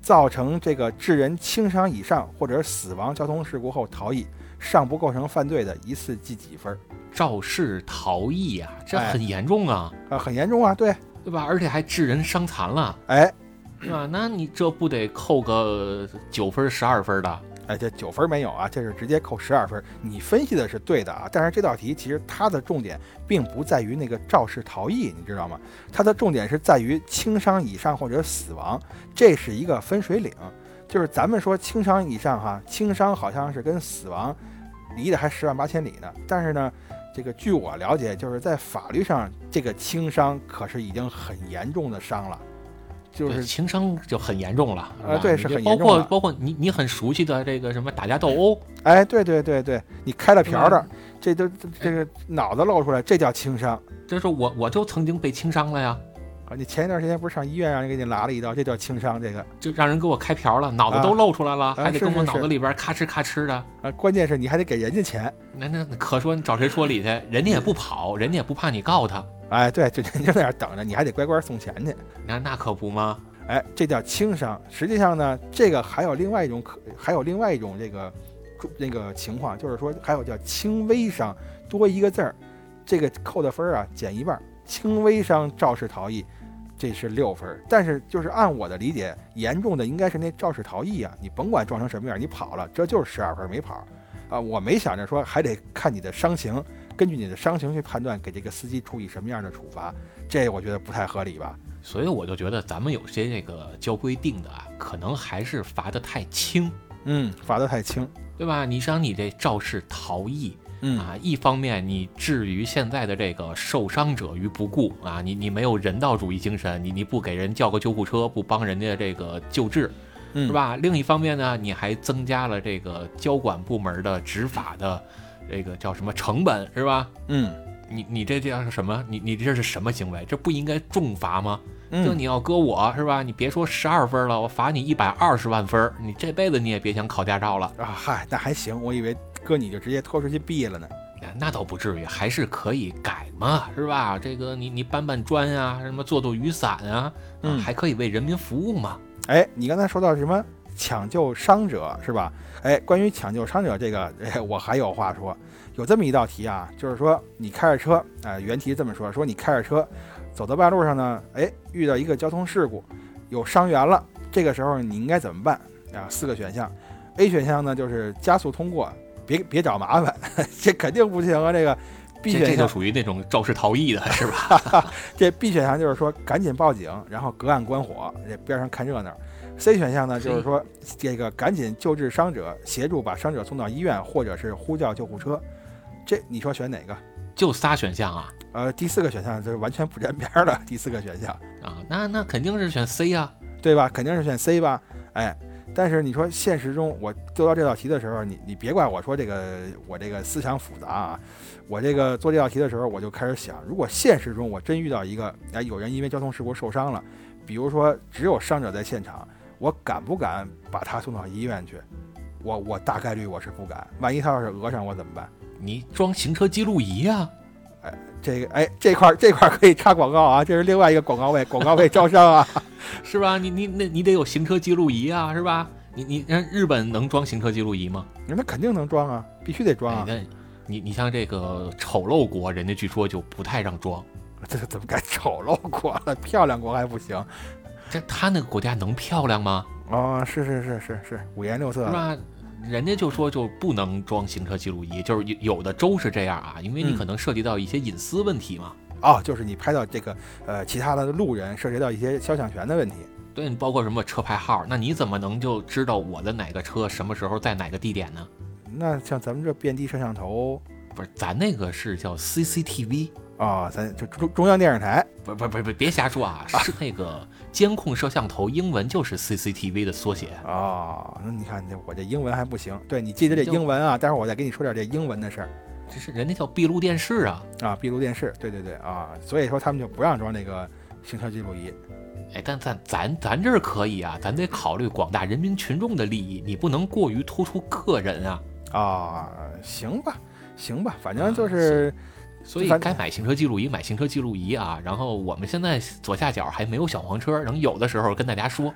[SPEAKER 2] 造成这个致人轻伤以上或者死亡交通事故后逃逸，尚不构成犯罪的，一次记几分儿？
[SPEAKER 1] 肇事逃逸啊，这
[SPEAKER 2] 哎
[SPEAKER 1] 很严重啊，
[SPEAKER 2] 啊，很严重啊，对，
[SPEAKER 1] 对吧？而且还致人伤残了，
[SPEAKER 2] 哎
[SPEAKER 1] 是 吧？那你这不得扣个九分、十二分的？
[SPEAKER 2] 哎，这九分没有啊，这是直接扣十二分。你分析的是对的啊，但是这道题其实它的重点并不在于那个肇事逃逸，你知道吗？它的重点是在于轻伤以上或者死亡，这是一个分水岭。就是咱们说轻伤以上哈，轻伤好像是跟死亡离得还十万八千里呢。但是呢，这个据我了解，就是在法律上，这个轻伤可是已经很严重的伤了，就
[SPEAKER 1] 对
[SPEAKER 2] 是
[SPEAKER 1] 情商就很严重了
[SPEAKER 2] 啊对是很
[SPEAKER 1] 包
[SPEAKER 2] 严重
[SPEAKER 1] 括
[SPEAKER 2] 了
[SPEAKER 1] 包括你你很熟悉的这个什么打架斗殴，
[SPEAKER 2] 哎，对对对对，你开了瓢
[SPEAKER 1] 是吧
[SPEAKER 2] 的，这都这这个脑子露出来，这叫轻伤
[SPEAKER 1] 这是我我就曾经被轻伤了呀，
[SPEAKER 2] 啊！你前一段时间不是上医院让人给你拉了一刀，这叫轻伤。这个
[SPEAKER 1] 就让人给我开瓢了，脑子都
[SPEAKER 2] 啊
[SPEAKER 1] 露出来了，
[SPEAKER 2] 啊
[SPEAKER 1] 还得
[SPEAKER 2] 是
[SPEAKER 1] 跟我
[SPEAKER 2] 是
[SPEAKER 1] 脑子
[SPEAKER 2] 是
[SPEAKER 1] 里边咔哧咔哧的，
[SPEAKER 2] 啊，关键是你还得给人家钱。
[SPEAKER 1] 那那那可说你找谁说理去？人家也不跑，人家也不怕你告他，
[SPEAKER 2] 哎，对，就人家在那儿等着，你还得乖乖送钱去。
[SPEAKER 1] 那那可不吗？
[SPEAKER 2] 哎，这叫轻伤。实际上呢，这个还有另外一种可，还有另外一种这个注那个情况，就是说还有叫轻微伤，多一个字儿，这个扣的分儿啊减一半儿。轻微伤肇事逃逸，这是六分儿。但是就是按我的理解，严重的应该是那肇事逃逸啊，你甭管撞成什么样，你跑了，这就是十二分儿没跑。啊，我没想着说还得看你的伤情，根据你的伤情去判断给这个司机处以什么样的处罚，这我觉得不太合理吧？
[SPEAKER 1] 所以我就觉得咱们有些这个交规定的啊，可能还是罚得太轻，
[SPEAKER 2] 嗯，罚得太轻，
[SPEAKER 1] 对吧？你想你这肇事逃逸
[SPEAKER 2] 嗯
[SPEAKER 1] 啊，一方面你置于现在的这个受伤者于不顾啊，你你没有人道主义精神，你你不给人叫个救护车，不帮人家这个救治，
[SPEAKER 2] 嗯
[SPEAKER 1] 是？吧？另一方面呢，你还增加了这个交管部门的执法的这个叫什么成本，是吧？
[SPEAKER 2] 嗯
[SPEAKER 1] 你你这叫什么？你你这是什么行为？这不应该重罚吗？就
[SPEAKER 2] 嗯，
[SPEAKER 1] 你要搁我是吧？你别说十二分了，我罚你一百二十万分儿，你这辈子你也别想考驾照了。
[SPEAKER 2] 啊嗨，那还行，我以为哥你就直接拖出去毙了呢。
[SPEAKER 1] 那那倒不至于，还是可以改嘛，是吧？这个你你搬搬砖啊，什么做做雨伞啊，
[SPEAKER 2] 嗯
[SPEAKER 1] 还可以为人民服务嘛。
[SPEAKER 2] 哎，你刚才说到什么抢救伤者是吧？哎，关于抢救伤者这个，哎，我还有话说。有这么一道题啊，就是说你开着车，啊、原题这么说，说你开着车走到半路上呢，哎，遇到一个交通事故，有伤员了，这个时候你应该怎么办啊？四个选项，A 选项呢就是加速通过，别别找麻烦， 这肯定不行啊。这个 B
[SPEAKER 1] 这
[SPEAKER 2] 选
[SPEAKER 1] 这就
[SPEAKER 2] 项，
[SPEAKER 1] 属于那种肇事逃逸的， 是吧？
[SPEAKER 2] 这 B 选项就是说赶紧报警，然后隔岸观火，这边上看热闹。C 选项呢，就是说这个赶紧救治伤者，协助把伤者送到医院，或者是呼叫救护车。这你说选哪个？
[SPEAKER 1] 就仨选项啊
[SPEAKER 2] 呃，第四个选项就是完全不沾边儿的第四个选项，
[SPEAKER 1] 啊，那那肯定是选 C 啊。
[SPEAKER 2] 对吧？肯定是选 C 吧？哎，但是你说现实中我做到这道题的时候，你你别怪我说这个我这个思想复杂啊，我这个做这道题的时候我就开始想，如果现实中我真遇到一个哎有人因为交通事故受伤了，比如说只有伤者在现场，我敢不敢把他送到医院去？我我大概率我是不敢，万一他要是讹上我怎么办？
[SPEAKER 1] 你装行车记录仪啊，
[SPEAKER 2] 这个哎，这块儿这块儿可以插广告啊，这是另外一个广告位，广告位招商啊。
[SPEAKER 1] 是吧？你你那你得有行车记录仪啊，是吧？你你让日本能装行车记录仪吗？
[SPEAKER 2] 那肯定能装啊，必须得装
[SPEAKER 1] 哎
[SPEAKER 2] 啊！
[SPEAKER 1] 那你你像这个丑陋国，人家据说就不太让装。
[SPEAKER 2] 这怎么该丑陋国了？ 漂亮国还不行
[SPEAKER 1] 这他那个国家能漂亮吗？
[SPEAKER 2] 哦，是是是是是，五颜六色
[SPEAKER 1] 是
[SPEAKER 2] 的。
[SPEAKER 1] 吧？人家就说就不能装行车记录仪，就是有有的州是这样啊，因为你
[SPEAKER 2] 嗯
[SPEAKER 1] 可能涉及到一些隐私问题嘛。
[SPEAKER 2] 哦，就是你拍到这个呃其他的路人，涉及到一些肖像权的问题。
[SPEAKER 1] 对你包括什么车牌号，那你怎么能就知道我的哪个车什么时候在哪个地点呢？
[SPEAKER 2] 那像咱们这遍地摄像头
[SPEAKER 1] 不是，咱那个是叫 CCTV，
[SPEAKER 2] 啊、咱就中中央电视台
[SPEAKER 1] 不不不不，别瞎说啊，是那个监控摄像头，英文就是 CCTV 的缩写。
[SPEAKER 2] 啊、那你看这我这英文还不行，对你记得这
[SPEAKER 1] 就
[SPEAKER 2] 英文啊，待会儿我再给你说点这英文的事儿。
[SPEAKER 1] 这是人家叫闭路电视啊。
[SPEAKER 2] 啊，闭路电视，对对对啊，所以说他们就不让装那个行车记录仪。
[SPEAKER 1] 哎，但咱咱咱这儿可以啊，咱得考虑广大人民群众的利益，你不能过于突出个人啊。
[SPEAKER 2] 啊，行吧，行吧，反正
[SPEAKER 1] 啊
[SPEAKER 2] 就是，
[SPEAKER 1] 所以
[SPEAKER 2] 咱
[SPEAKER 1] 该买行车记录仪买行车记录仪啊。然后我们现在左下角还没有小黄车，能有的时候跟大家说，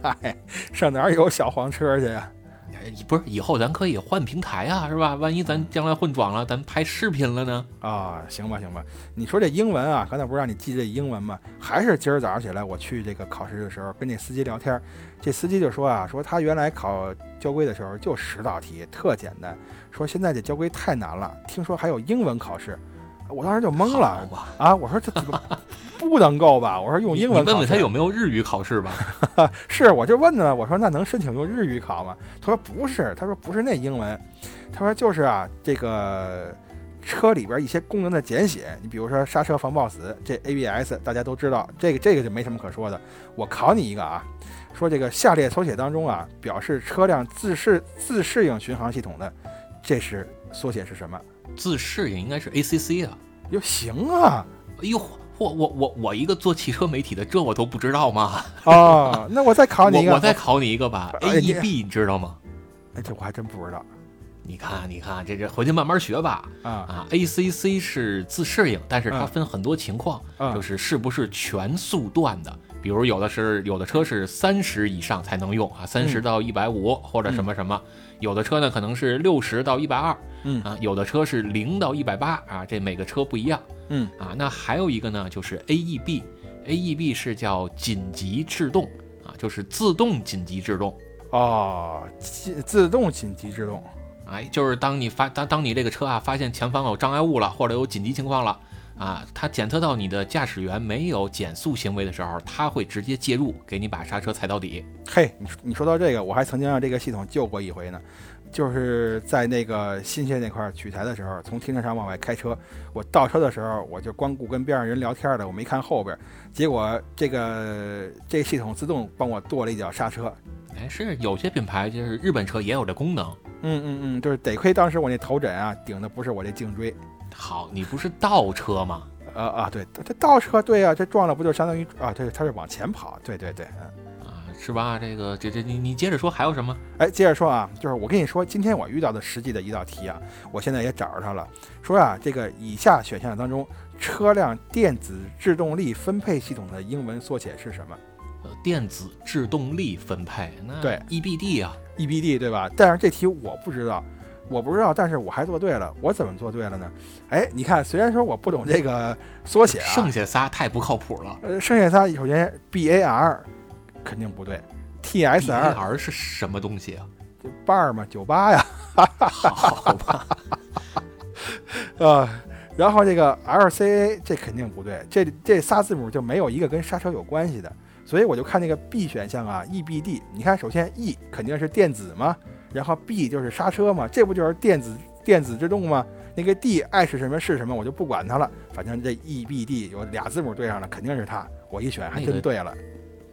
[SPEAKER 2] 嗨，上哪儿有小黄车去啊呀？
[SPEAKER 1] 哎不是以后咱可以换平台啊，是吧？万一咱将来混装了，咱拍视频了呢？
[SPEAKER 2] 啊，行吧，行吧，你说这英文啊，刚才不是让你记这英文吗？还是今儿早上起来我去这个考试的时候跟这司机聊天儿，这司机就说啊，说他原来考交规的时候就十道题，特简单，说现在这交规太难了，听说还有英文考试，我当时就懵
[SPEAKER 1] 好
[SPEAKER 2] 了
[SPEAKER 1] 吧？
[SPEAKER 2] 啊，我说这怎么不能够吧？我说用
[SPEAKER 1] 你
[SPEAKER 2] 英文
[SPEAKER 1] 你问
[SPEAKER 2] 考
[SPEAKER 1] 问
[SPEAKER 2] 试
[SPEAKER 1] 他有没有日语考试吧？
[SPEAKER 2] 是，我就问呢，我说那能申请用日语考吗？他说不是，他说不是那英文，他说就是啊，这个车里边一些功能的简写，你比如说刹车防抱死，这 ABS 大家都知道，这个这个就没什么可说的。我考你一个啊，说这个下列缩写当中啊，表示车辆自适自适应巡航系统的，这是缩写是什么？
[SPEAKER 1] 自适应应该是 ACC 啊。
[SPEAKER 2] 哟，行啊，
[SPEAKER 1] 哎呦，我我我我一个做汽车媒体的，这我都不知道吗？
[SPEAKER 2] 哦，那我再考你
[SPEAKER 1] 我
[SPEAKER 2] 一个，
[SPEAKER 1] 我再考你一个吧
[SPEAKER 2] 哎你
[SPEAKER 1] ，AEB 你知道吗？
[SPEAKER 2] 哎，这我还真不知道
[SPEAKER 1] 你看，你看，这这回去慢慢学吧。
[SPEAKER 2] 啊
[SPEAKER 1] 啊，ACC 是自适应，但是它
[SPEAKER 2] 嗯
[SPEAKER 1] 分很多情况，
[SPEAKER 2] 啊
[SPEAKER 1] 就是是不是全速段的，比如有的是有的车是三十以上才能用啊，三
[SPEAKER 2] 嗯
[SPEAKER 1] 十到一百五或者什么什么，有的车呢可能是六十到一百二，
[SPEAKER 2] 嗯
[SPEAKER 1] 啊，有的车是零到一百八啊，这每个车不一样
[SPEAKER 2] 嗯
[SPEAKER 1] 啊。那还有一个呢就是 E AEB，AEB 是叫紧急制动啊，就是自动紧急制动。
[SPEAKER 2] 哦，自自动紧急制动，
[SPEAKER 1] 哎，就是当你发当当你这个车啊发现前方有障碍物了，或者有紧急情况了啊，它检测到你的驾驶员没有减速行为的时候，它会直接介入，给你把刹车踩到底。
[SPEAKER 2] 嘿，你说你说到这个，我还曾经让这个系统救过一回呢，就是在那个新县那块儿取材的时候，从停车场往外开车，我倒车的时候，我就光顾跟边上人聊天了，我没看后边儿，结果这个这系统自动帮我跺了一脚刹车，
[SPEAKER 1] 哎，是有些品牌就是日本车也有这功能。
[SPEAKER 2] 嗯嗯嗯，就是得亏当时我那头枕啊顶的不是我这颈椎，
[SPEAKER 1] 好，你不是倒车吗？
[SPEAKER 2] 呃啊对，这倒车对啊，这撞了不就相当于啊对，它是往前跑，对对对，嗯。
[SPEAKER 1] 啊，是吧？这个这这你你接着说还有什么？
[SPEAKER 2] 哎，接着说啊，就是我跟你说，今天我遇到的实际的一道题啊，我现在也找着它了。说啊，这个以下选项当中，车辆电子制动力分配系统的英文缩写是什么
[SPEAKER 1] 呃，电子制动力分配，那
[SPEAKER 2] 对
[SPEAKER 1] EBD 啊，
[SPEAKER 2] ？EBD E 对吧？但是这题我不知道，我不知道，但是我还做对了。我怎么做对了呢？哎，你看，虽然说我不懂这个缩写啊
[SPEAKER 1] 剩，下仨太不靠谱了。
[SPEAKER 2] 呃，剩下仨首先 BAR 肯定不对
[SPEAKER 1] ，E B A
[SPEAKER 2] ，TSR
[SPEAKER 1] R 是什么东西啊？
[SPEAKER 2] bar 嘛，酒吧呀。
[SPEAKER 1] 好吧，
[SPEAKER 2] 啊，然后这个 LCA 这肯定不对，这这仨字母就没有一个跟刹车有关系的，所以我就看那个 B 选项啊，EBD，你看首先 E 肯定是电子嘛，然后 B 就是刹车嘛，这不就是电子电子制动吗？那个 D 爱是什么是什么，我就不管它了，反正这 EBD 有俩字母对上了，肯定是它，我一选还
[SPEAKER 1] 那个
[SPEAKER 2] 真对了。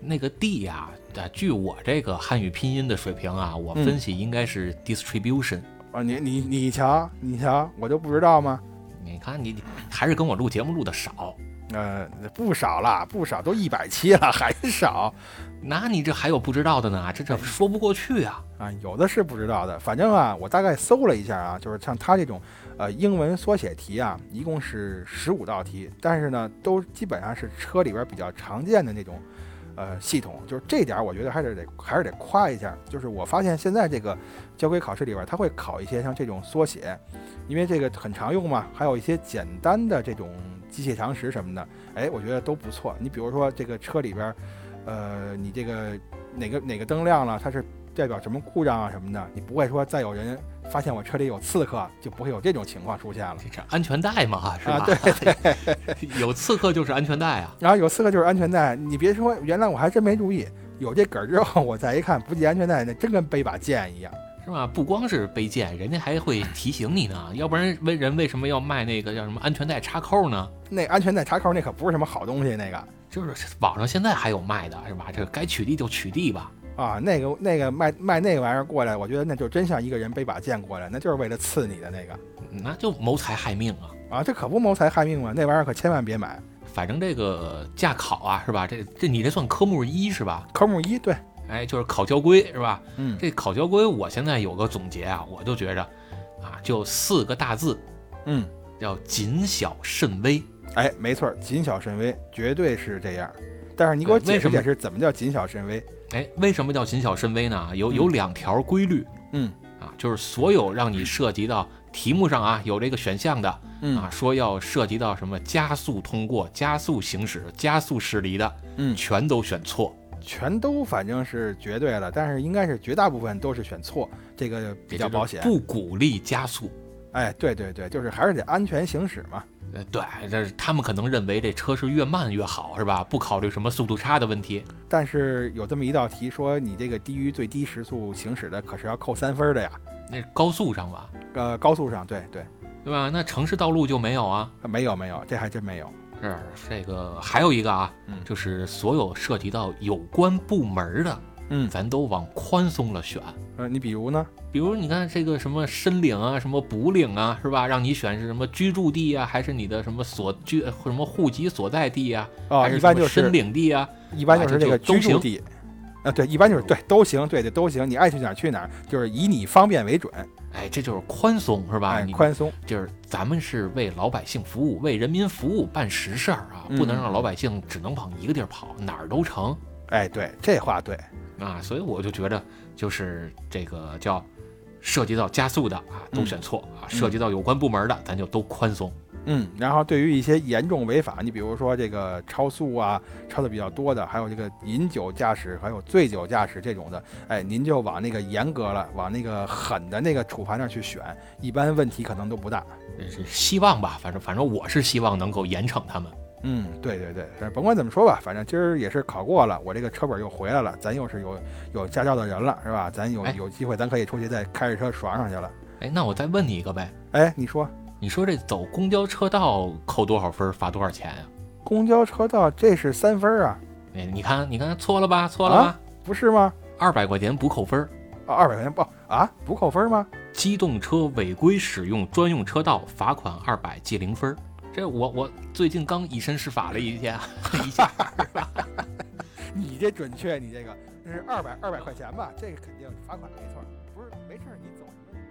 [SPEAKER 1] 那个 D 呀、啊，据我这个汉语拼音的水平啊，我分析应该是 distribution。
[SPEAKER 2] 啊，你你你瞧，你瞧，我就不知道吗？
[SPEAKER 1] 你看你你还是跟我录节目录的少，
[SPEAKER 2] 呃，不少了，不少，都一百期了，还少。
[SPEAKER 1] 那你这还有不知道的呢？这这说不过去啊！
[SPEAKER 2] 啊，有的是不知道的。反正啊，我大概搜了一下啊，就是像它这种，呃，英文缩写题啊，一共是十五道题，但是呢，都基本上是车里边比较常见的那种，呃，系统。就是这点，我觉得还是得还是得夸一下。就是我发现现在这个交规考试里边，它会考一些像这种缩写，因为这个很常用嘛，还有一些简单的这种机械常识什么的，哎，我觉得都不错。你比如说这个车里边，呃，你这个哪个哪个灯亮了，它是代表什么故障啊什么的，你不会说再有人发现我车里有刺客，就不会有这种情况出现了。
[SPEAKER 1] 这这安全带嘛，是吧？
[SPEAKER 2] 啊
[SPEAKER 1] 对 有刺客就是安全带啊。
[SPEAKER 2] 然后有刺客就是安全带，你别说，原来我还真没注意，有这梗儿之后，我再一看不系安全带，那真跟背把剑一样。
[SPEAKER 1] 是吧？不光是卑贱，人家还会提醒你呢。要不然为人为什么要卖那个叫什么安全带插扣呢？
[SPEAKER 2] 那安全带插扣那可不是什么好东西，那个
[SPEAKER 1] 就是网上现在还有卖的，是吧？这该取缔就取缔吧。
[SPEAKER 2] 啊，那个那个卖卖那个玩意儿过来，我觉得那就真像一个人背把剑过来，那就是为了刺你的那个
[SPEAKER 1] 那就谋财害命啊！
[SPEAKER 2] 啊，这可不谋财害命嘛，那玩意儿可千万别买。
[SPEAKER 1] 反正这个驾考啊，是吧？这这你这算科目一是吧？
[SPEAKER 2] 科目一，对，
[SPEAKER 1] 哎，就是考交规是吧？
[SPEAKER 2] 嗯，
[SPEAKER 1] 这考交规我现在有个总结啊，我就觉着啊，就四个大字，
[SPEAKER 2] 嗯，
[SPEAKER 1] 叫谨小慎微。
[SPEAKER 2] 哎，没错儿，谨小慎微，绝对是这样。但是你给我
[SPEAKER 1] 对为
[SPEAKER 2] 解
[SPEAKER 1] 什
[SPEAKER 2] 释
[SPEAKER 1] 么
[SPEAKER 2] 解释，怎么叫谨小慎微？
[SPEAKER 1] 哎，为什么叫谨小慎微呢？有有
[SPEAKER 2] 嗯
[SPEAKER 1] 两条规律。
[SPEAKER 2] 嗯
[SPEAKER 1] 啊，就是所有让你涉及到题目上啊有这个选项的
[SPEAKER 2] 嗯
[SPEAKER 1] 啊，说要涉及到什么加速通过、加速行驶、加速驶离的，
[SPEAKER 2] 嗯
[SPEAKER 1] 全都选错。
[SPEAKER 2] 全都反正是绝对了，但是应该是绝大部分都是选错，这个比较保险。
[SPEAKER 1] 不鼓励加速。
[SPEAKER 2] 哎，对对对，就是还是得安全行驶嘛。
[SPEAKER 1] 呃，对，这是他们可能认为这车是越慢越好，是吧？不考虑什么速度差的问题。
[SPEAKER 2] 但是有这么一道题说，你这个低于最低时速行驶的可是要扣三分的呀。
[SPEAKER 1] 那是高速上吧，
[SPEAKER 2] 呃，高速上，对对，
[SPEAKER 1] 对吧？那城市道路就没有啊。
[SPEAKER 2] 没有没有，这还真没有。
[SPEAKER 1] 是这个，还有一个啊，
[SPEAKER 2] 嗯
[SPEAKER 1] 就是所有涉及到有关部门的，
[SPEAKER 2] 嗯
[SPEAKER 1] 咱都往宽松了选。
[SPEAKER 2] 呃，你比如呢？
[SPEAKER 1] 比如你看这个什么申领啊，什么补领啊，是吧？让你选是什么居住地啊，还是你的什么所居呃什么户籍所在地啊，
[SPEAKER 2] 哦，
[SPEAKER 1] 还
[SPEAKER 2] 一
[SPEAKER 1] 是
[SPEAKER 2] 般
[SPEAKER 1] 什
[SPEAKER 2] 就
[SPEAKER 1] 么
[SPEAKER 2] 是
[SPEAKER 1] 申领地啊？
[SPEAKER 2] 一般就是这个
[SPEAKER 1] 啊这就都
[SPEAKER 2] 居住呃
[SPEAKER 1] 行
[SPEAKER 2] 地。啊，对，一般就是对都行，对对都行，你爱去哪儿去哪儿，就是以你方便为准。
[SPEAKER 1] 哎，这就是宽松是吧？
[SPEAKER 2] 哎，
[SPEAKER 1] 你
[SPEAKER 2] 宽松，
[SPEAKER 1] 就是咱们是为老百姓服务，为人民服务，办实事儿啊，不能
[SPEAKER 2] 嗯
[SPEAKER 1] 让老百姓只能往一个地儿跑，哪儿都成
[SPEAKER 2] 哎，对，这话对，
[SPEAKER 1] 啊。所以我就觉得，就是这个叫涉及到加速的啊，都
[SPEAKER 2] 嗯
[SPEAKER 1] 选错啊；涉及到有关部门的，咱就都宽松。
[SPEAKER 2] 嗯，然后对于一些严重违法，你比如说这个超速啊，超的比较多的，还有这个饮酒驾驶，还有醉酒驾驶这种的，哎，您就往那个严格了，往那个狠的那个处罚那儿去选，一般问题可能都不大。
[SPEAKER 1] 呃是希望吧，反正反正我是希望能够严惩他们。
[SPEAKER 2] 嗯，对对对，但是甭管怎么说吧，反正今儿也是考过了，我这个车本又回来了，咱又是有有驾照的人了，是吧？咱有
[SPEAKER 1] 哎
[SPEAKER 2] 有机会，咱可以出去再开着车爽上去了。
[SPEAKER 1] 哎，那我再问你一个呗，
[SPEAKER 2] 哎，你说
[SPEAKER 1] 你说这走公交车道扣多少分儿，罚多少钱呀、
[SPEAKER 2] 公交车道这是三分儿啊，
[SPEAKER 1] 哎，你看，你看错了吧？错了吧
[SPEAKER 2] 啊？不是吗？
[SPEAKER 1] 二百、块钱不扣分儿。
[SPEAKER 2] 二百块钱不啊不扣分吗？
[SPEAKER 1] 机动车违规使用专用车道，罚款二百，记零分儿。这我我最近刚以身试法了一啊 下，一下
[SPEAKER 2] 你这准确，你这个那是二百二百块钱吧？这个肯定罚款没错儿，不是没事儿，你走什么？